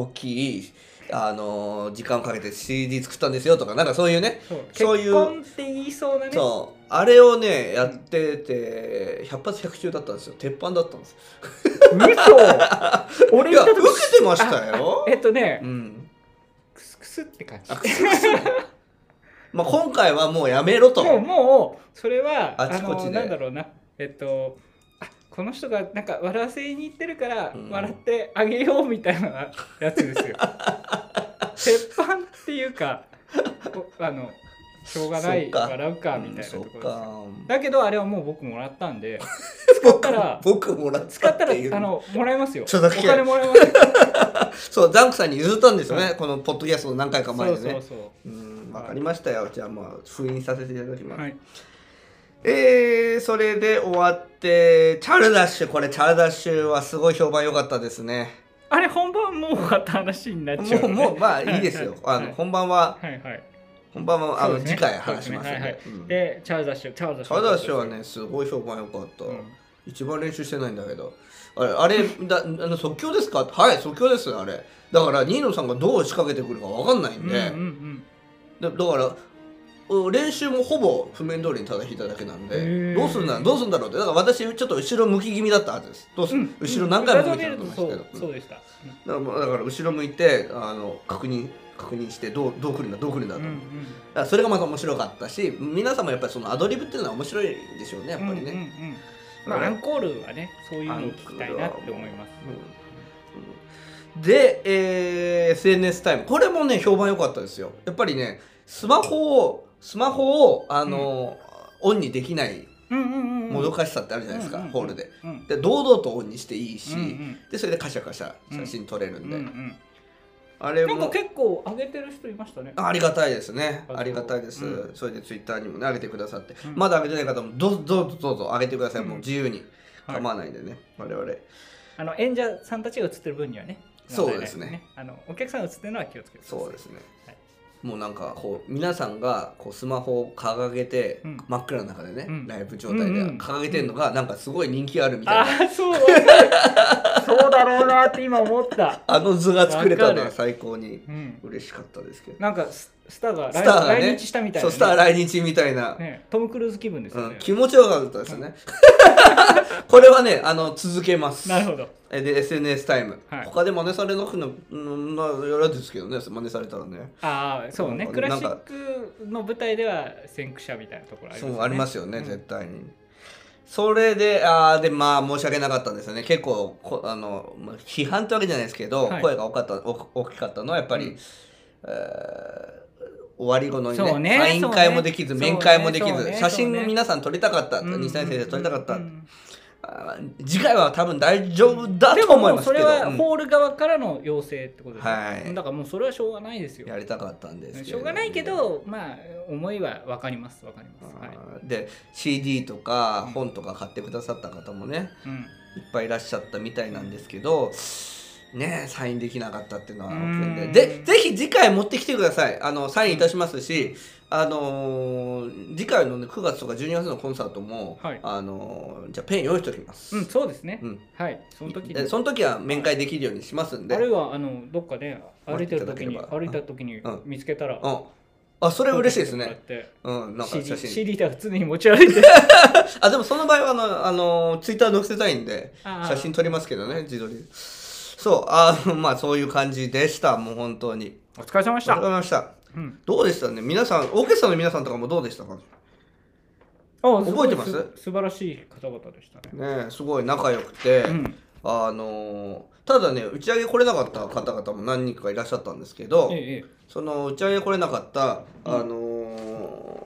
A: 大きいあの時間をかけて CD 作ったんですよとかなんかそういうね
B: そう
A: そういう
B: 結婚って言いそうなね
A: そうあれをねやってて百発百中だったんですよ鉄板だったんですよ *laughs* い
B: 嘘俺
A: や
B: 行っ
A: 受け
B: た時
A: てましたよ
B: えっとね
A: うん
B: クスクスって感じ
A: あ *laughs* まあ今回はもうやめろと
B: もうもうそれは
A: あちこちで
B: のなんだろうなえっとあこの人がなんか笑わせに行ってるから
A: うん
B: 笑ってあげようみたいなやつ
A: *laughs*
B: ですよ鉄板っていうかおあのしょうがない
A: そっか
B: 笑うかみたいなところです
A: うんそ
B: よ
A: っか
B: だけどあれはもう僕もらったんで
A: 使
B: ったら
A: 僕僕もらっ
B: 使
A: た *laughs*
B: っ
A: ったて
B: ら
A: いう
B: あのもらえますよお
A: ちょっとだけ
B: 金もらえますよ
A: そうザンクさんに譲ったんですよね、
B: は
A: このポッドキャストの何回か前
B: そう
A: でね
B: そうそう
A: ーんわかりましたよじゃあまあ封印させていただき
B: う
A: ます、
B: はい
A: えー、それで終わってチャルダッシュこれチャルダッシュはすごい評判良かったですね
B: あれ本番もう終わった話になっちゃう
A: もう
B: ね
A: もうまあいいですよ、
B: はい
A: あの本番は
B: はいはい
A: 本番はあ
B: そう
A: の、
B: ですね
A: 次回話しますの
B: そうですねはいはい
A: でうんチ
B: でチャールダッシュチャールダッシュ
A: ャルダッシュはねすごい評判良かった、
B: うん
A: 一番練習してないんだけどあれあれだあの即興ですかはい即興ですあれだからニーノさんがどう仕掛けてくるか分かんないん
B: うん
A: で、
B: うんうん
A: だだから練習もほぼ譜面通りにただ弾いただけなん
B: へ
A: で
B: ー
A: どうするんだどうするんだろうってだから私ちょっと後ろ向き気味だったはずですどうす
B: うん
A: 後ろ何回も向いて
B: 見
A: る
B: る
A: と
B: と
A: 思い
B: そ
A: ま
B: う
A: すけど
B: そううんでした、
A: だからまあだから後ろ向いてあの確認確認してどうどう来るんだどう来るんだ
B: う
A: と
B: んう
A: 思って、
B: ん
A: だからそれがまた面白かったし皆さんもやっぱりそのアドリブっていうのは面白いでしょうねやっぱりね、
B: うんうんうんまあアンコールはねそういうのを聞きたいなって思います
A: うんで、えー SNS タイムこれもね評判良かったですよやっぱりねスマホをスマホをあの、オンにできない
B: うんうんうん
A: もどかしさってあるじゃないですか、
B: うんうん
A: ホールで
B: うん
A: で堂々とオンにしていいし、
B: うんうん
A: でそれでカシャカシャ写真撮れるんで、
B: うんうん
A: あれ
B: なんか
A: も
B: 結構上げてる人いましたね。
A: ありがたいですね
B: あと
A: ありがたいです、
B: う
A: それでツイッターにもね上げてくださって、
B: うん
A: まだ上げてない方もどうぞどうぞどうぞ上げてください、
B: うん
A: もう自由に
B: はい
A: 構わないんでね、我々
B: あの演者さんたちが映ってる分にはね。
A: そうですね
B: 問題ないあのお客さんが映ってるのは気をつけてください。
A: そうですね、
B: はい
A: もうなんかこう皆さんがこうスマホを掲げて、
B: うん
A: 真っ暗の中でね、
B: うん
A: ライブ状態で
B: うんうん
A: 掲げてるのがなんかすごい人気あるみたいな、
B: ああ、そう。そうだろうなって今思った。
A: あの図が作れたの
B: わか
A: は
B: る
A: 最高に
B: うん。
A: 嬉しかったですけど、
B: なんかススターが来
A: スターがね
B: 来日したみたいな
A: そう
B: ね、
A: スター来日みたいな、
B: ね。トム・クルーズ気分です
A: う
B: よ
A: ん
B: ね。
A: 気持ちよかったですね *laughs* これはねあの続けます
B: なるほど。
A: えで SNS タイム、
B: はい
A: 他で真似されなくなうんまあやらですけどね真似されたらね
B: ああ、そうね。
A: うん
B: クラシ
A: な
B: ッ
A: んか
B: クの舞台では先駆者みたいなところあります
A: そ
B: よね。
A: うありますよね、
B: うん
A: 絶対にそれであーでまあ申し訳なかったんですよね結構こあのまあ批判ってわけじゃないですけど、
B: はい
A: 声が多かったお大きかったのはやっぱり、
B: うん
A: えー終わり後の
B: そう
A: ね
B: ね
A: サイン会もできず、
B: そうね
A: 面会もでき
B: そう
A: ず、
B: ね
A: 写真
B: そう
A: も
B: ね
A: 皆さん撮りたかった、
B: うん
A: 西谷先生撮りたかった、
B: うん
A: あー次回は多分大丈夫だと思いますけ
B: で
A: ど
B: ももう
A: う
B: それは
A: ん
B: ホール側からの要請ってことですね、
A: はい
B: だからもうそれはしょうがないですよ
A: やりたかったんですけれ
B: し
A: ど
B: ょ
A: も
B: うがないけどまあ思いは分かります分かりますはい、
A: あーで CD とか本とか買ってくださった方もね
B: うん、
A: いっぱいいらっしゃったみたいなんですけどねえサインできなかったっていうのは
B: う
A: 大
B: ん
A: きいんででぜひ次回持ってきてくださいあのサインいたしますし、あのー次回の、ね、9月とか12月のコンサートも、
B: はい
A: あのーじゃあペン用意しておきます、
B: うん、そうですね、
A: うん
B: はいその時に
A: でその時は面会できるようにしますんで
B: あるいはあのどっかで歩いてる時
A: 歩いてい
B: に
A: ただければ
B: 歩いた時に
A: うん
B: 見つけたら、
A: うん、あそれ嬉しいです
B: こう
A: ね
B: やって
A: うんなんか写
B: CD,
A: 真
B: CD では常に持ち
A: *laughs*
B: 歩いて
A: あでもその場合はあの、あのツイッター載せたいんで
B: あー
A: 写真撮りますけどね自撮りそうあーまあそういう感じでしたもう本当に
B: お疲れ様でし
A: わかり
B: た、
A: ました
B: うん、
A: どうでしたね皆さんオーケストラの皆さんとかもどうでしたかね
B: あ
A: 覚えてます
B: ごいす素晴らしい方々でしたね、
A: えすごい仲良くて、
B: うん
A: あのーただね打ち上げ来れなかった方々も何人かいらっしゃったんですけど、
B: えええ
A: その打ち上げ来れなかった、
B: うん
A: あの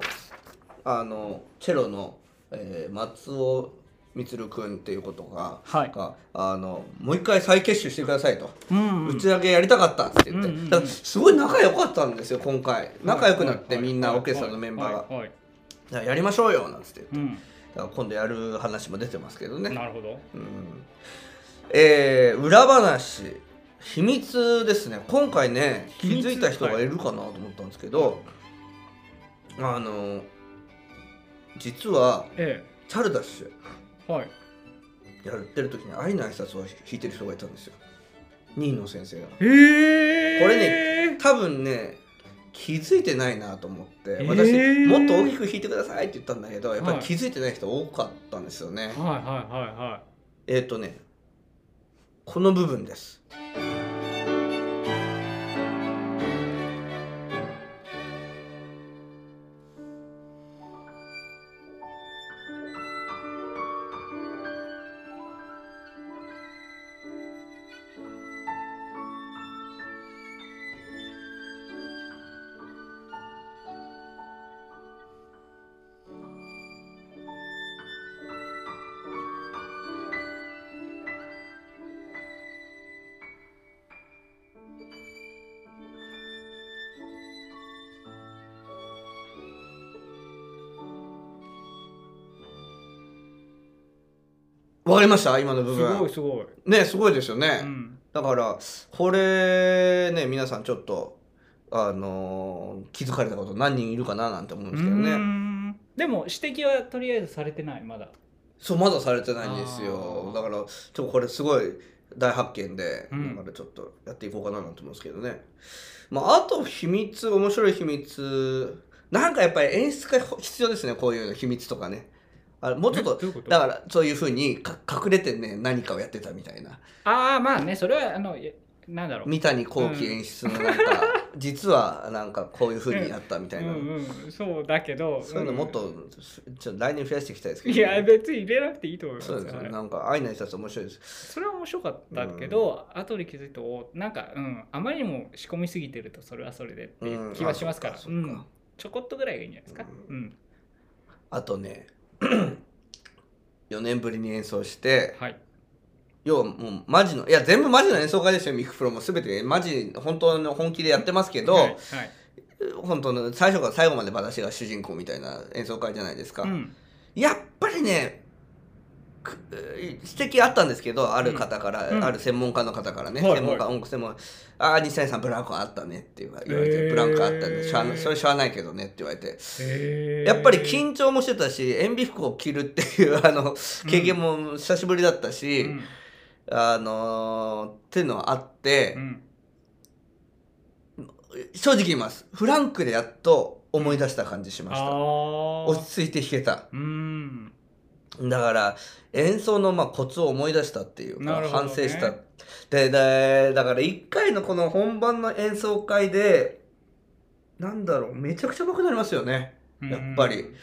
A: ーあのチェロの、えー松尾満君っていうことが、
B: はい
A: があのもう一回再結集してくださいと。
B: えうん、う
A: 打
B: ん
A: ち上げやりたかったって言って、
B: うんうんうん
A: だからすごい仲良かったんですよ今回仲良くなって、
B: はい
A: みんなオーケストラのメンバーが、
B: はいはいはい
A: だからやりましょうよなんつって言って
B: うん
A: だから今度やる話も出てますけどね、
B: なるほど。
A: うん、えー裏話秘密ですね今回ね気
B: 秘密
A: づいた人がいるかなと思ったんですけど、あの実は
B: え
A: チャルダッシュ
B: え、はい。
A: やってる時に愛の挨拶を弾いてる人がいたんですよニーノ先生が
B: ええ
A: これ多分ね気づいてないなと思って
B: ー
A: 私、もっと大きく弾いてくださいって言ったんだけどやっぱり気づいてない人多かったんですよね、
B: はいはいはいは
A: えっ、とねこの部分ですわかりました今の
B: い。
A: 部
B: すご
A: 分
B: いすごい。
A: ねすごいですよね、
B: うん。
A: だからこれね皆さんちょっとあのー気づかれたこと何人いるかななんて思うんですけど
B: うー
A: ね
B: んでも指摘はとりあえずされてないまだ。
A: そうまだされてないんですよ
B: あー
A: だからちょっとこれすごい大発見で、
B: うん
A: だからちょっとやっていこうかななんて思うんですけどね、まあ、あと秘密面白い秘密なんかやっぱり演出が必要ですねこういうの秘密とかねあもうちょっと
B: えどういうこと
A: だからそういうふうにか隠れてね何かをやってたみたいな
B: ああまあねそれはあのえなんだろう
A: 三谷幸喜演出のなんか、実はなんかこういうふうにやったみたいな、
B: うんうん、そうだけど
A: そういうのもっとちょっと来年増やしていきたいですけ
B: うん
A: ど
B: い
A: ね、
B: や別に入れなくていいと思います
A: そうです
B: は
A: ね
B: い
A: なんか愛の挨拶面白いです
B: それは面白かったけど、後で気づいておなんか、うん、あまりにも仕込みすぎてるとそれはそれでっていう気はしますから、
A: うんあそっ
B: う
A: かそっか
B: ん、ちょこっとぐらいがいいんじゃないですか、
A: う
B: うん
A: あとね4年ぶりに演奏して
B: はい、
A: 要はもうマジのいや全部マジの演奏会ですよミクプロも全てマジ本当の本気でやってますけど、
B: はいはい
A: 本当の最初から最後まで私が主人公みたいな演奏会じゃないですか、
B: うん
A: やっぱりねく指摘あったんですけどある方から、
B: うん
A: ある専門家の方からね、
B: はい
A: 専門家
B: は
A: 音楽専門家ああ西谷さんブランコあったね」って言われて、
B: へー
A: ブランコあったねしゃあなそれしゃあないけどね」って言われて
B: へー
A: やっぱり緊張もしてたし塩ビ服を着るっていう *laughs* あの経験も久しぶりだったし、
B: うん
A: あのーっていうのはあって。
B: うん
A: 正直言いますフランクでやっと思い出した感じしまし
B: あ
A: た
B: ー
A: 落ち着いて弾けた
B: うん
A: だから演奏のまあコツを思い出したっていう
B: な
A: か、
B: るほどね
A: 反省したででだから1回のこの本番の演奏会でなんだろうめちゃくちゃ上手くなりますよねやっぱり
B: うん
A: で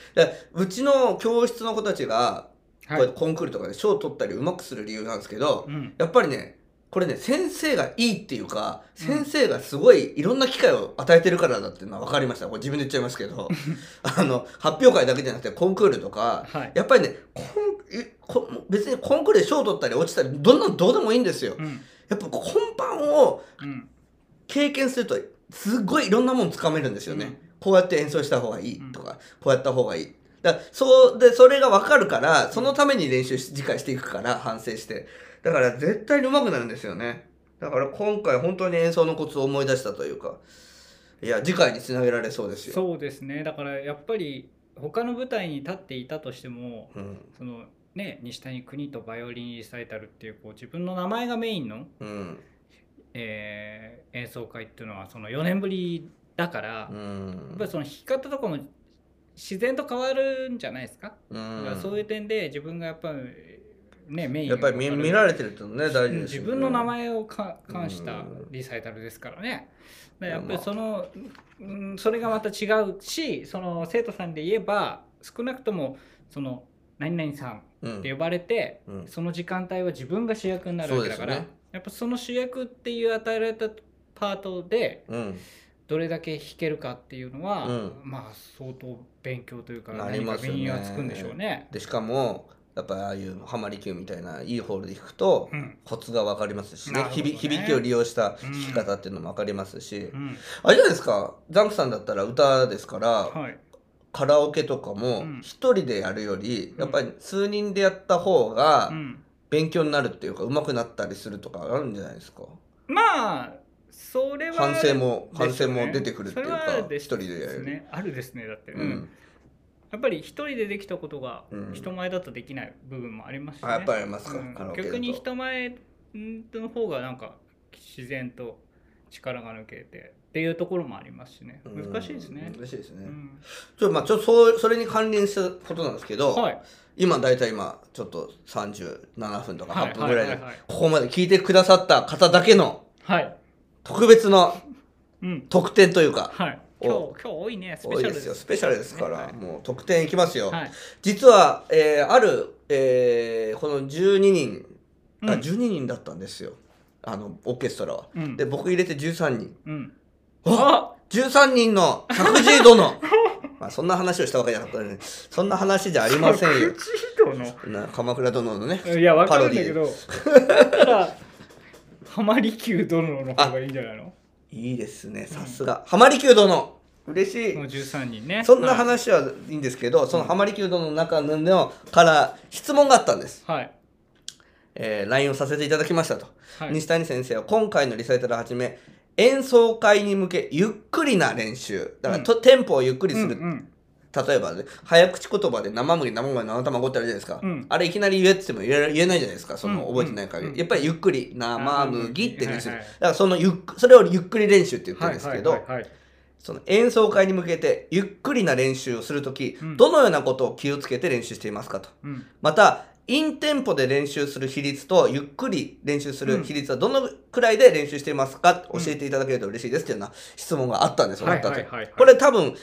A: うちの教室の子たちがこう
B: は
A: やっ
B: い
A: てコンクールとかで賞を取ったりうまくする理由なんですけど、
B: うん
A: やっぱりねこれね先生がいいっていうか
B: うん
A: 先生がすごいいろんな機会を与えてるからだっていうのは分かりましたこれ自分で言っちゃいますけ
B: *laughs*
A: どあの発表会だけじゃなくてコンクールとか
B: はい
A: やっぱりねコンえこ別にコンクールで賞取ったり落ちたりどんなんどうでもいいんですよ
B: うん
A: やっぱ本番を
B: うん
A: 経験するとすごいいろんなものつかめるんですよね、
B: うん
A: こうやって演奏した方がいいとか、こうやった方がいいだからそうでそれが分かるからそのために練習し次回していくから反省してだから絶対に上手くなるんですよねだから今回本当に演奏のコツを思い出したというかいや次回につなげられそうですよ
B: そうですねだからやっぱり他の舞台に立っていたとしても
A: うん
B: そのね西谷邦とバイオリンリサイタルっていうこう自分の名前がメインの、
A: うん
B: えー演奏会っていうのはその4年ぶりだから、
A: う
B: や
A: ん
B: っぱりその弾き方とかも自然と変わるんじゃないですか、だからそういう点で自分がやっぱりねメイン
A: やっぱり見見られてるってのね大事
B: うん
A: です
B: 自
A: よね
B: 分の名前をか冠し
A: う
B: た
A: ん
B: リサイタルですからね。だ
A: い
B: か
A: や
B: らやっぱりその、うんそれがまた違うしその生徒さんで言えば少なくともその何々さん
A: うん
B: って呼ばれて、
A: うん
B: その時間帯は自分が主役になるわけだから、
A: そうですね
B: やっぱその主役っていう与えられたパートで
A: うん
B: どれだけ弾けるかっていうのは、
A: うん
B: まあ相当勉強というか
A: なりますよね
B: 何か身にはつくんでしょうね。
A: でしかもやっぱりああいうハマリ級みたいないいホールで弾くと、
B: うん
A: コツが分かりますしね
B: なるほどね
A: 響響きを利用した弾き方っていうのも分かりますし、
B: うん
A: あれじゃないですかザンクさんだったら歌ですから、
B: はい
A: カラオケとかも
B: うん
A: 一人でやるより、
B: うん
A: やっぱり数人でやった方が
B: うん
A: 勉強になるっていうか上手くなったりするとかあるんじゃないですか
B: まあそれは
A: 反省も
B: でしょうね
A: 反省も出てくるっていうか
B: それはで
A: 一
B: し
A: 人でや
B: です
A: る、
B: ねあるですねだって、
A: う
B: うんん、やっぱり一人でできたことが
A: うん
B: 人前だとできない部分もありますし、ね
A: あやっぱりありますか、
B: うん
A: カラオケだと
B: 逆に人前の方がなんか自然と力が抜けてっていうところもありますしね
A: うん
B: 難しいですね、
A: 難しいですね、
B: うん
A: ちょまあちょそうそれに関連したことなんですけど、
B: はい
A: 今大体今ちょっと37分とか
B: はい
A: 8分ぐらい
B: は
A: で
B: いはいはい
A: ここまで聞いてくださった方だけの
B: はい
A: 特別の
B: うん
A: 特典というか
B: はい
A: お
B: 今日今日多いねスペ
A: 多い
B: シャ
A: で
B: ルです
A: すよスペシャルですから、
B: はい
A: もう特典いきますよ、
B: はい
A: 実は、えーある、えーこの12人、
B: うん
A: あ12人だったんですよあのオーケストラは、
B: うん
A: で僕入れて13人
B: うん
A: あ13人の *laughs* 作事殿まあそんな話をしたわけじゃなくてそんな話じゃありませんよ
B: 口人の
A: な鎌倉殿のね
B: いや、わかるんだけ
A: パロデ
B: ど、だったら、浜離宮殿の方がいいんじゃ
A: *laughs*
B: ないのも
A: いいですねさすが浜離宮殿嬉し
B: う
A: い
B: 13人ね。
A: そんな話はいいんですけどその浜離宮殿の中のから質問があったんです、
B: はい。はい。
A: えー、LINE をさせていただきましたと、
B: はい、
A: 西谷先生は今回のリサイタルをはじめ演奏会に向けゆっくりな練習だからと、テンポをゆっくりする、
B: うんうん
A: 例えばね早口言葉で生麦生麦生卵ってあるじゃないですか、
B: う
A: *laughs*
B: ん
A: あれいきなり言えって言っても言え言えないじゃないですかその
B: うん
A: 覚えてない限り、
B: うん
A: やっぱりゆっくり生麦って練習する、
B: はいはい
A: だからそのゆっくそれをゆっくり練習って言ってるんですけど、
B: はいはいはいはい
A: その演奏会に向けてゆっくりな練習をするとき、
B: うん
A: どのようなことを気をつけて練習していますかと。
B: うん
A: また、インテンポで練習する比率とゆっくり練習する比率はどのくらいで練習していますか、
B: うん
A: 教えていただけると嬉しいですっていうような質問があったんですよ、
B: はい
A: 僕たち
B: はいはいはい
A: これ多分、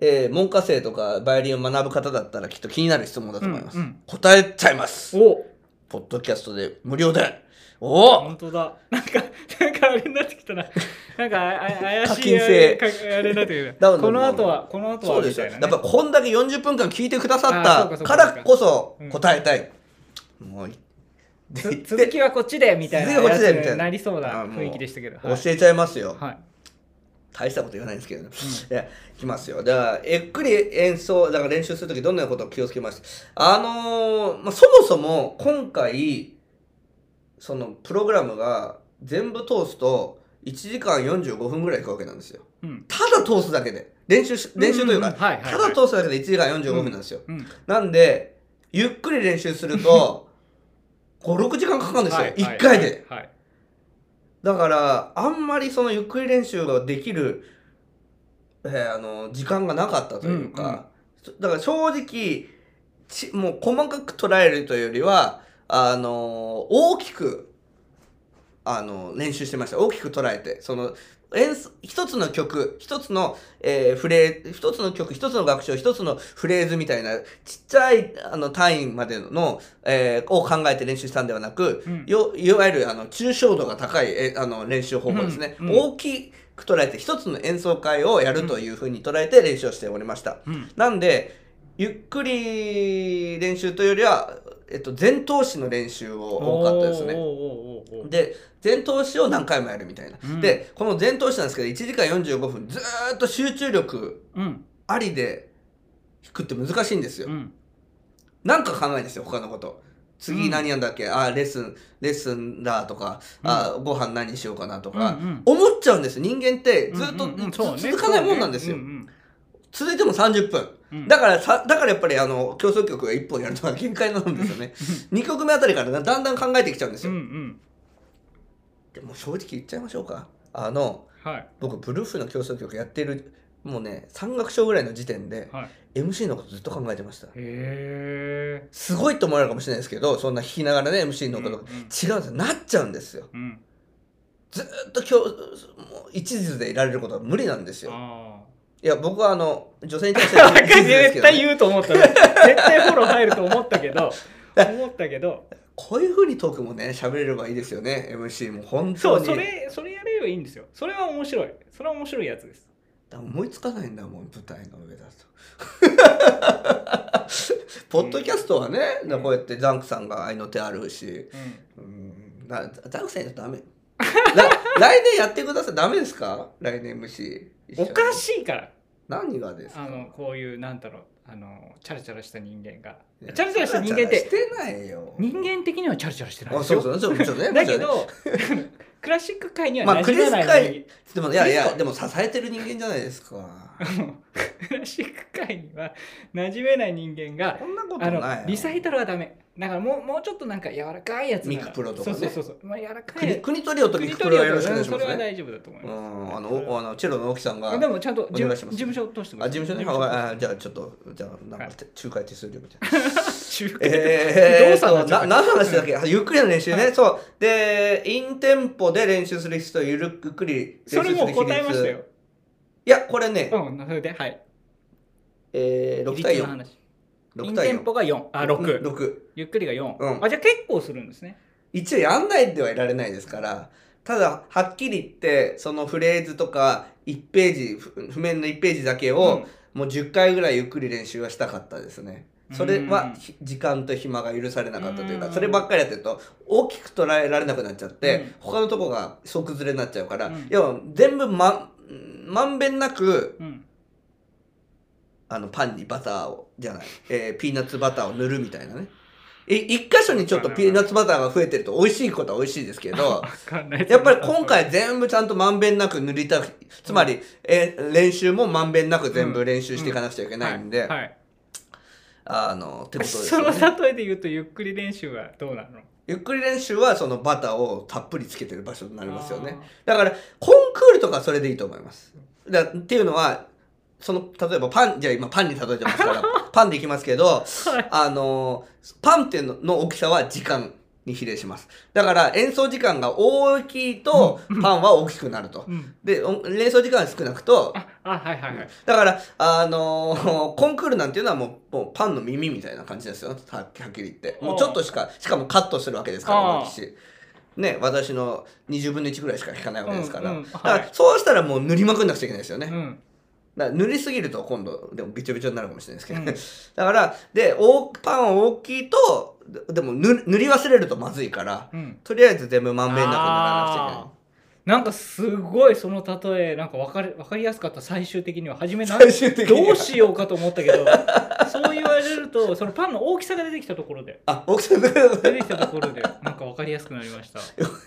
A: えー文科生とかバイオリンを学ぶ方だったらきっと気になる質問だと思います。
B: うんうん
A: 答えちゃいます。
B: お
A: ポッドキャストで無料で。おお
B: 本当だなんかなんかあれになってきたななんかああ怪しい
A: 課金制
B: あれかあれになってき
A: だか
B: た
A: ら
B: この後はこの後は
A: そうで
B: み
A: す
B: た
A: よ。
B: い
A: や
B: な、
A: っ
B: ね、
A: ぱこんだけ40分間聞いてくだ
B: あ
A: さ
B: そう
A: っ
B: か
A: た
B: そう
A: か
B: から
A: こそ
B: うん
A: 答えたい。もう、で
B: つ続きはこっちでみたいな
A: 続きはこっちでみたいな
B: やつになりそうな
A: あもう
B: 雰囲気でしたけどはい
A: 教えちゃいますよ。
B: はい
A: 大したこと言わないんですけどね。いや、いきますよ。だから、ゆっくり演奏、だから練習するときどんなことを気をつけますあのーまあ、そもそも今回、そのプログラムが全部通すと1時間45分ぐらいいくわけなんですよ。
B: うん
A: ただ通すだけで。練習し、練習というか、
B: んんんはいはい
A: た
B: は
A: だ
B: い
A: 通すだけで1時間45分なんですよ。
B: うん
A: なんで、ゆっくり練習する
B: *laughs*
A: と、5、6時間かかるんですよ。
B: はいは
A: 1
B: い
A: 回で。
B: はいはい
A: だから、あんまりそのゆっくり練習ができる、えーあの、時間がなかったというか、そだから正直、ちもう細かく捉えるというよりは、あの、大きく、あの、練習してました。大きく捉えて。その、演奏一つの曲、一つの、えーフレー一つの曲、一つの楽章、一つのフレーズみたいな、ちっちゃい、あの、単位までの、えーを考えて練習したんではなく、
B: うん
A: よいわゆるあの抽象度が高いえあの練習方法ですね、
B: うんうん
A: 大きく捉えて一つの演奏会をやるというふうに捉えて練習をしておりました、
B: うん
A: なんでゆっくり練習というよりは、えっと、前頭詞の練習を多かったですね
B: おーおーおーおーおー
A: で前頭詞を何回もやるみたいな、
B: うん
A: でこの前頭詞なんですけど1時間45分ずーっと集中力
B: うん
A: ありで弾くって難しいんですよ、
B: うん
A: なんか考えないですよ他のこと次何やんだっけ、あーレッスンレッスンだとか、あーご飯何にしようかなとか、
B: うん
A: 思っちゃうんですよ人間ってずっと、
B: うんうんうん
A: ず
B: そうね
A: 続かないもんなんですよ、
B: そうねうん
A: 続いても30分、
B: うん
A: だからさだからやっぱりあの競争曲が1本やるのが限界なんですよね2曲目あたりからだんだん考えてきちゃうんです
B: うん
A: よ、
B: うん
A: でも正直言っちゃいましょうかあの
B: はい
A: 僕ブルーフの競争曲やってるもうね山岳賞ぐらいの時点で
B: はい
A: MC のことずっと考えてました
B: へえ
A: すごいと思われるかもしれないですけどそんな弾きながらね MC のこと、
B: うんうん
A: 違うんですよなっちゃうんですよ
B: うん
A: ずーっと今日もう一途でいられることは無理なんですよ
B: あ
A: いや僕はあの女性に
B: *laughs*
A: 対して
B: あ
A: は
B: なんか
A: 一途ですけ
B: 絶
A: ど、
B: 対
A: ね、
B: 言うと思ったね絶対フォロー入ると思ったけ *laughs* ど思ったけど
A: こういうふうにトークもね喋れればいいですよね MC も本当
B: そう
A: に
B: それそれやればいいんですよそれは面白いそれは面白いやつです
A: だから思いつかないんだもん舞台の上だと *laughs* ポッドキャストはね、こうやってザンクさんが愛の手あるし
B: うん
A: うんなザンクさんやとダ
B: *laughs*
A: メら来年やってくださいダメですか来年 MC 一緒
B: お
A: に
B: かしいから
A: 何がですか
B: あのこういうなんだろうあのチャラチャラした人間が
A: いや
B: チャラチャラした人間っ
A: しててないよ
B: 人間的にはチャラチャラしてない
A: あ
B: です
A: そう
B: よ
A: そうそう
B: *laughs*
A: そうね
B: だけ
A: も
B: ど *laughs* クラシック界には
A: まあ
B: 馴染まないのに、
A: ちろんねでもいやい
B: クリス
A: や
B: ト
A: でも支えてる人間じゃないですか
B: *laughs* クラシック界には馴染めない人間が
A: こんなことな
B: あ
A: いよ
B: のリサイタルはダメだからもうもうちょっとなんか柔らかいやつなら
A: ミクプロとかね
B: そうそうそうそう、まあ、柔らか
A: 国
B: い
A: 国取りをと
B: 国
A: ミクプロ
B: 取りは
A: はよろしくお願いし
B: そ
A: ま
B: れは
A: すね
B: 大丈夫だと思いうます
A: んあのおあのチェロの大木さんが
B: あでもちゃんと事
A: お願
B: 務
A: いします
B: 事務所を通してくだ
A: あ
B: さい
A: 事務所ね
B: 事務所
A: ああじゃあちょっとじゃあなんか
B: はい
A: 仲介手数料みたい
B: *laughs*
A: な
B: 中華
A: えー、
B: 不動産
A: そうな
B: になっちゃう
A: 何の話だっけ、
B: *laughs*
A: あゆっくりの練習ね、
B: は
A: そうでインテンポで練習する人ゆるゆっくり練習す
B: そ
A: る
B: れ
A: 人
B: もう答えましたよ
A: いやこれね、
B: うんそれではい
A: えー、6対
B: 比率の
A: 4
B: 話イ
A: 6
B: ン
A: 対
B: テ
A: 4
B: ンポが4あ六
A: うん六
B: ゆっくりが4、
A: うん
B: あじゃあ結構するんですね
A: 一応やんないではいられないですからただはっきり言ってそのフレーズとか1ページふ譜面の1ページだけを、もう10回ぐらいゆっくり練習はしたかったですねそれ
B: うん
A: はひ時間と暇が許されなかったという
B: う
A: か
B: ん
A: そればっかりやってると大きく捉えられなくなっちゃって、
B: うん
A: 他のとこが即ずれになっちゃうから、
B: うん
A: 要は全部ままんべんなく
B: うん、うん
A: あのパンにバターをじゃない、えーピーナッツバターを塗るみたいなねい一箇所にちょっとピーナッツバターが増えてると美味しいことは美味しいですけど
B: わかんない
A: やっぱり今回全部ちゃんとまんべんなく塗りたくつまり、えー練習もまんべんなく全部練習していかなくちゃいけないんで、
B: はいはい
A: あのってことです
B: そ
A: よ
B: の
A: ね
B: 例えで言うとゆっくり練習はどうなの
A: ゆっくり練習はそのバターをたっぷりつけてる場所になりますよね
B: あー
A: だからコンクールとかはそれでいいと思いますだっていうのはその例えばパンじゃあ今パンに例えてますから
B: *laughs*
A: パンでいきますけどあのパンってのの大きさは時間に比例しますだから演奏時間が大きいとパンは大きくなると、
B: うん
A: でお演奏時間が少なくと
B: ああはいはいはい
A: だから、あのー *laughs* コンクールなんていうのはもうもうパンの耳みたいな感じですよはっはっきり言ってもうちょっとしかしかもカットするわけですから
B: ああ
A: 私ね私の20分の1ぐらいしか聞かないわけですから,、
B: うんうんはい
A: だからそうしたらもう塗りまくんなくちゃいけないですよね、
B: うん
A: だから塗りすぎると今度でもびちょびちょになるかもしれないですけど、
B: うん
A: *laughs* だからで大パン大きいとででも塗塗り忘れるとまずいから
B: うん
A: とりあえず全部まんべんなく塗らなくちゃいけない
B: あーなんかすごいその例えなんか分かり分かりやすかった最終的には初めなん
A: 最終的には
B: どうしようかと思ったけど *laughs* そう言われるとそのパンの大きさが出てきたところで
A: あ奥さん
B: 出てきたところでなんか分かりやすくな
A: *laughs*
B: りました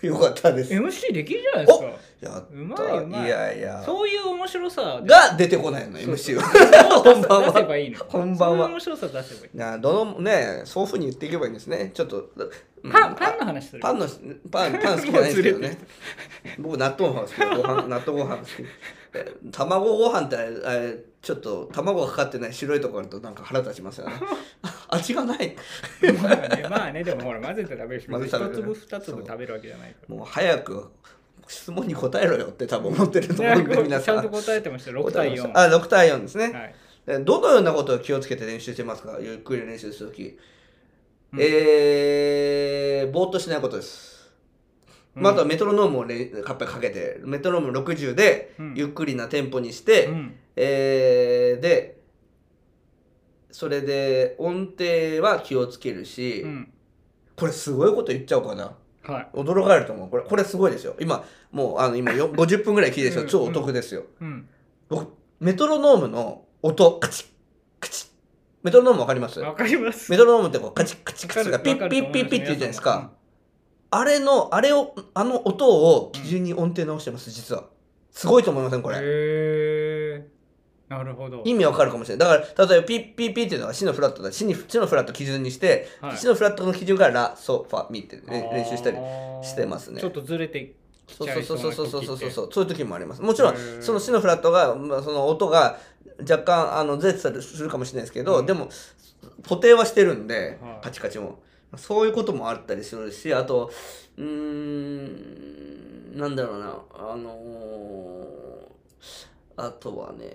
A: よかったです
B: MC できるじゃないですか
A: やった
B: うまいうまい
A: やいや
B: そういう面白さで
A: が出てこないの
B: そう
A: MC は *laughs*
B: そう
A: 本番は
B: 出せばいいの
A: 本番は
B: そういう面白さ出せばいい
A: なあどのねそういうふうに言っていけばいいんですねちょっと、うん
B: パンパンの話する
A: パンのパンパン好きじゃないんですけどね僕納豆ご飯好きでご飯納豆ご飯好き *laughs* え卵ご飯ってあれあれちょっと卵がかかってない白いとこあるとなんか腹立ちますよね *laughs* 味がない
B: まあね、まあね、でもほら混ぜて食べるし、
A: 混
B: 一
A: ぜて食べる
B: 粒二粒食べるわけじゃないから。
A: もう早く質問に答えろよって多分思ってると思うん
B: *laughs*
A: で皆
B: ちゃ
A: さ
B: んと
A: ん
B: 答えてましたよ、6対4。
A: あ6対4ですね、
B: はい、
A: でどのようなことを気をつけて練習してますかゆっくり練習するとき、
B: うん
A: えー、ぼーっとしないことです、
B: うん
A: まあ、あとはメトロノームをれカッパかけてメトロノーム60で
B: うん
A: ゆっくりなテンポにして、
B: うん
A: えー、でそれで音程は気をつけるし、
B: うん
A: これすごいこと言っちゃおうかな
B: はい。
A: 驚かれると思うこれこれすごいですよ今もうあの今よ50分ぐらい聞いてるでし
B: う
A: ょ
B: ん
A: 超お得ですよ、
B: うん。
A: 僕メトロノームの音カチッカチッメトロノームわかります
B: わかります。
A: メトロノームってこうカチッカチッカチッが
B: わか
A: ピ
B: る
A: ッピッピッピッって言うじゃないですか。
B: わ
A: あれのあれをあの音を基準に音程直してます実はすごいと思いませんこ
B: かると思いますよ
A: れ
B: へえ。なるほど。
A: 意味わかるかもしれないだから例えばピッピッピッっていうのは死のフラットだ死に死のフラット基準にして
B: はい
A: 死のフラットの基準からラソファミってね練習したりしてますね
B: ちょっとずれてき
A: そう
B: ちゃ
A: そうそ
B: いそ
A: う
B: うな
A: そう
B: 時
A: そうそうそう
B: って。
A: そういう時もありますもちろ
B: へー
A: んその死のフラットが、まあ、その音が若干あのずれてたりするかもしれないですけど、
B: うん
A: でも固定はしてるんで、
B: はい
A: カチカチもそういうこともあったりするしあとうーんなんだろうなあのーあとはね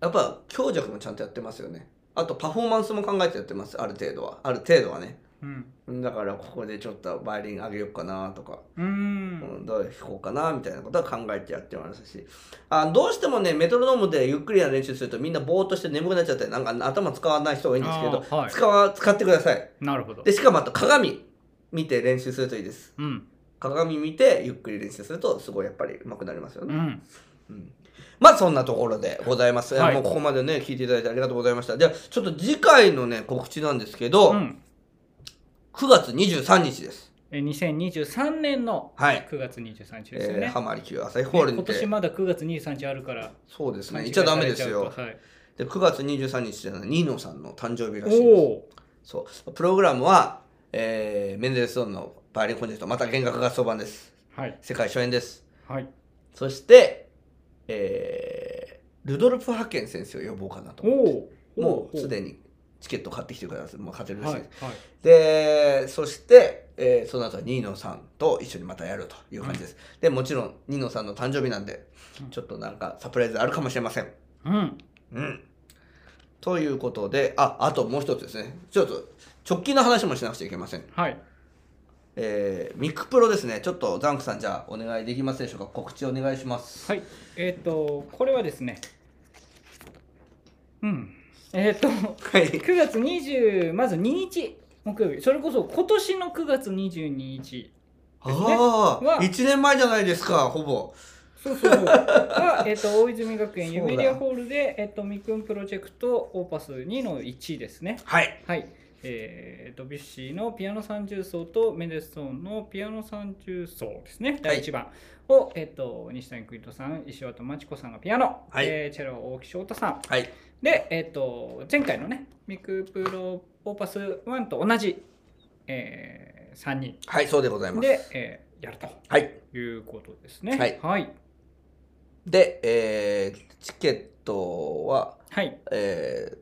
A: やっぱ強弱もちゃんとやってますよねあとパフォーマンスも考えてやってますある程度はある程度はね
B: うん。
A: だからここでちょっとバイオリン上げようかなとか
B: う。
A: うんんどう弾こうかなみたいなことは考えてやってますしあどうしてもねメトロノームでゆっくりな練習するとみんなぼーっとして眠くなっちゃってなんか頭使わない人が多いんですけど、
B: あーはい
A: 使わ使ってください
B: なるほど
A: で。しかもあと鏡見て練習するといいです
B: うん。
A: 鏡見てゆっくり練習するとすごいやっぱりうまくなりますよ
B: う
A: ね、
B: ん。
A: うんまあそんなところでございます、
B: はい
A: もうここまでね聞いていただいてありがとうございましたじゃあちょっと次回のね告知なんですけど、
B: うん。
A: 9月23日です
B: え2023年の
A: はい、
B: 9月23日です
A: え
B: よ
A: ー、
B: ね。
A: 浜離宮朝日ホール
B: ね
A: に
B: 今
A: て、
B: 年まだ9月23日あるから、
A: そうですね
B: 勘
A: 行
B: 違い
A: っちゃダメですよ、
B: されちゃう
A: で9月23日じゃないニーノさんの誕生日ら
B: と
A: し
B: はい、
A: いです
B: おお、
A: そうプログラムは、えーメンデルスゾーンのバイオリンコンチェルトまた弦楽合奏版です
B: はい、
A: 世界初演です
B: はい。
A: そして、えールドルフ・ハケン先生を呼ぼうかなと
B: お
A: 思って
B: お、
A: もうす
B: に。
A: でにチケット買ってきてくださいもう買ってるら
B: は
A: し
B: い、
A: い
B: は
A: です、。で
B: い
A: そして、えーその後はニーノさんと一緒にまたやるという感じです、でもちろんニーノさんの誕生日なんで
B: うん
A: ちょっとなんかサプライズあるかもしれません
B: うん、
A: うん。ということで、あ、あともう一つですね。ちょっと直近の話もしなくちゃいけません。
B: はい。
A: えー、ミックプロですね。ちょっとザンクさんじゃあお願いできますでしょうか。告知お願いします。
B: はい、えっ、と、これはですね、うん、えっ、と、 *laughs*
A: はい。
B: 9月20、まず2日、木曜日、それこそ今年の9月22日、
A: あ
B: は
A: あ、一年前じゃないですか、ほぼ。
B: そうそうそうが、えっと大泉学園
A: そう
B: ユ
A: だ
B: メリアホールで、えっとみくんプロジェクトオーパス2の1ですね。
A: はい。
B: はい、えー、ドビュッシーのピアノ三重奏とメンデルストーンのピアノ三重奏ですね第1番を、えっと西谷邦人さん石渡真知子さんがピアノ、
A: はい
B: えーチェロ大木翔太さん
A: はい。
B: で、えっと前回のねミクプロオーパス1と同じ、え3人
A: はい、そうでございます。
B: で、えーやると
A: はい。
B: いうことですね
A: はい
B: はい
A: で、えーチケットは、
B: はい。
A: え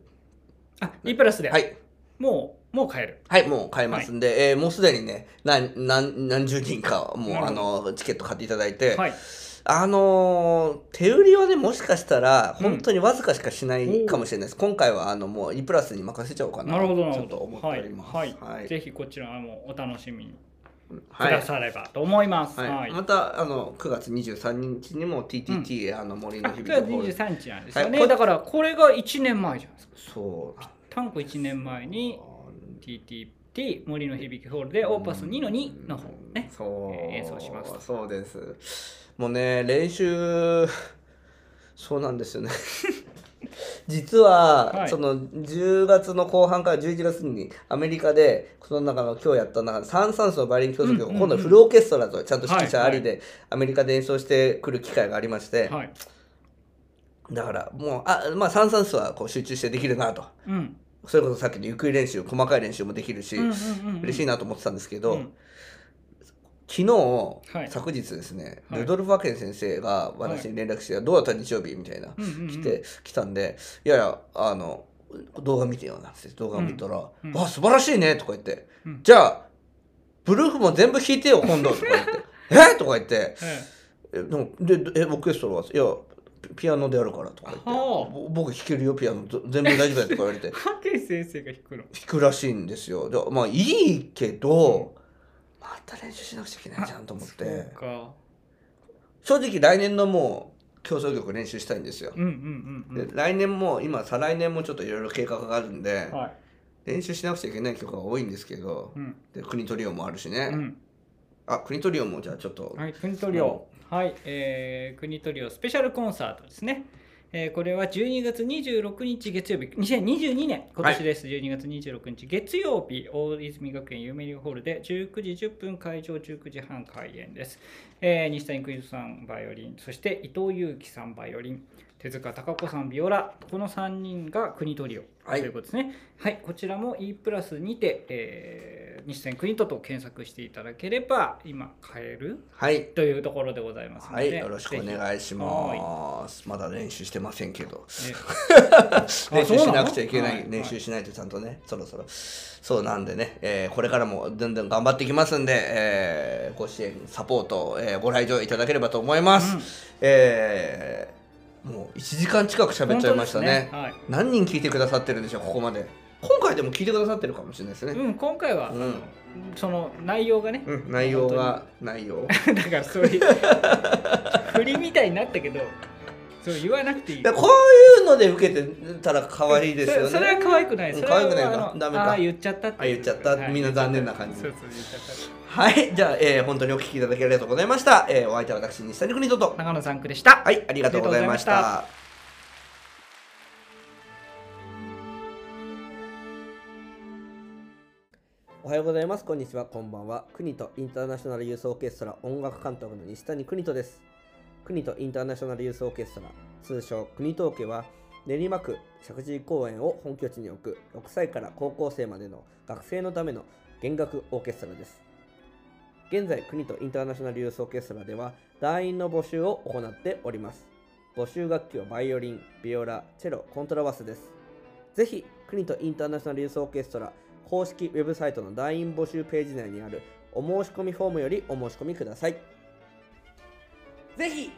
B: あ、E プラスで、
A: ーはい、
B: もう、もう買える。
A: はい、もう買えますんで、えーもうすでにね、何何何十人か、もう
B: な
A: あ
B: るほど
A: のチケット買っていただいて、
B: はい。
A: あのー手売りはね、もしかしたら、本当にわずかしかしないかもしれないです。今回はあのもう E プラスに任せちゃおうかな
B: なるほど、な
A: ち
B: る
A: ょ
B: ほ
A: っと思
B: ど。
A: ってお
B: は
A: り
B: い。
A: ます。
B: はい。
A: はい
B: ぜひ、こちらもお楽しみにく
A: はい
B: ださればと思います。
A: はい
B: はい。
A: またあの9月23日にも TTT、あの森
B: あ
A: の日
B: 9
A: 々
B: 月
A: の方で
B: 23日なんですよ
A: はい
B: ね、
A: これ
B: だからこれが1年前じゃないですか
A: そうなん
B: タンク1年前
A: だ
B: に TTT 森の響きホールでオーパス2の2の方ね
A: そう、
B: えー演奏します
A: そうですもうね練習 *laughs* そうなんですよね *laughs* 実は、
B: はい
A: その10月の後半から11月にアメリカでその中の今日やった中でサン・サンスのバイオリン教
B: うん
A: 授
B: う
A: を
B: んうん
A: 今度フルオーケストラとちゃんと指揮者あり
B: は
A: でアメリカで演奏してくる機会がありまして、
B: はい
A: だからもうあ、まあ、サン・サンスはこう集中してできるなと
B: うんうん
A: それこそさっきのゆっくり練習細かい練習もできるし、
B: うんうん
A: 嬉しいなと思ってたんですけど、
B: うん
A: 昨日、
B: はい
A: 昨日ですね、
B: はい
A: ルドルフ・アケン先生が私に連絡して、どうだった日曜日みたいな、
B: うんうんうん
A: 来て来たんで「いやいやあの動画見てよ」なんて動画見たら「
B: うんうん
A: あ素晴らしいね」とか言って「
B: うん
A: じゃあブルーフも全部弾いてよ今度」とか
B: *laughs*
A: 言って「えとか言って
B: え
A: 「えでもでえオーケストラは?」いやピピアノでやるから」とか言って
B: はあ
A: ぼ僕弾けるよピアノ全部大丈夫だよ」とか言われて *laughs*
B: えハケ先生が弾くの
A: 弾くらしいんですよ。でまあいいけど、また練習しなくちゃいけないじゃんと思っ
B: そう
A: て
B: か
A: 正直来年のもう競争曲練習したいんですよ
B: う。んうんうんう
A: で
B: ん
A: 来年も今再来年もちょっといろいろ計画があるんで、
B: はい
A: 練習しなくちゃいけない曲が多いんですけど、
B: うん
A: で国トリオもあるしね、
B: うん
A: あ国トリオもじゃあちょっと、
B: はい国トリオはいえー国トリオスペシャルコンサートですねえーこれは12月26日月曜日2022年今年です、12月26日月曜日大泉学園有名リーグホールで19時10分会場19時半開演です、えー西谷邦人さんバイオリンそして伊藤祐樹さんバイオリン手塚貴子さんビオラこの3人が国トリオと
A: はい
B: いうことですねはい、こちらも E プラスにて、えー西谷邦人と検索していただければ今買える
A: はい、
B: というところでございますの
A: は
B: で、
A: い、よろしくお
B: ぜひ
A: 願いします。まだ練習してませんけど、
B: *laughs* ね
A: 練習しなくちゃいけない、
B: あそうなの
A: 練習しないとちゃんとね、そろそろ。そうなんでね、えーこれからもどんどん頑張っていきますんで、えーご支援、サポート、えーご来場いただければと思います。
B: うん
A: えーもう1時間近く喋っちゃいましたね
B: 本当ですはい
A: 何人聞いてくださってるんでしょう、ここまで。今回でも聞いてくださってるかもしれないですね。
B: うん、今回は、
A: うん
B: あのその内容がね、
A: うん、内容が、内容。
B: 本当に *laughs* だからそういう振りみたいになったけどそう言わなくていい
A: でこういうので受けてたら可愛いですよね。
B: そ *laughs* れそれは可愛くない
A: うん
B: それは
A: 可愛くないか
B: あの
A: ダメか
B: あー言っちゃったっていう
A: あ言っちゃったみんな残念な感じ
B: そうそう言っちゃっ
A: はい、じゃあ、えー本当にお聞きいただきありがとうございました。えーお相手は私、西谷邦人と
B: た。長野さんくでした
A: はい、ありがとうございまし
B: ありがとうござい
A: た。おはようございます。こんにちは。こんばんは。国とインターナショナルユースオーケストラ音楽監督の西谷邦人です。国とインターナショナルユースオーケストラ、通称国東家は、練馬区石神井公園を本拠地に置く6歳から高校生までの学生のための弦楽オーケストラです。現在、国とインターナショナルユースオーケストラでは、団員の募集を行っております。募集楽器はバイオリン、ビオラ、チェロ、コントラバスです。ぜひ、国とインターナショナルユースオーケストラ公式ウェブサイトの団員募集ページ内にあるお申し込みフォームよりお申し込みください。ぜひ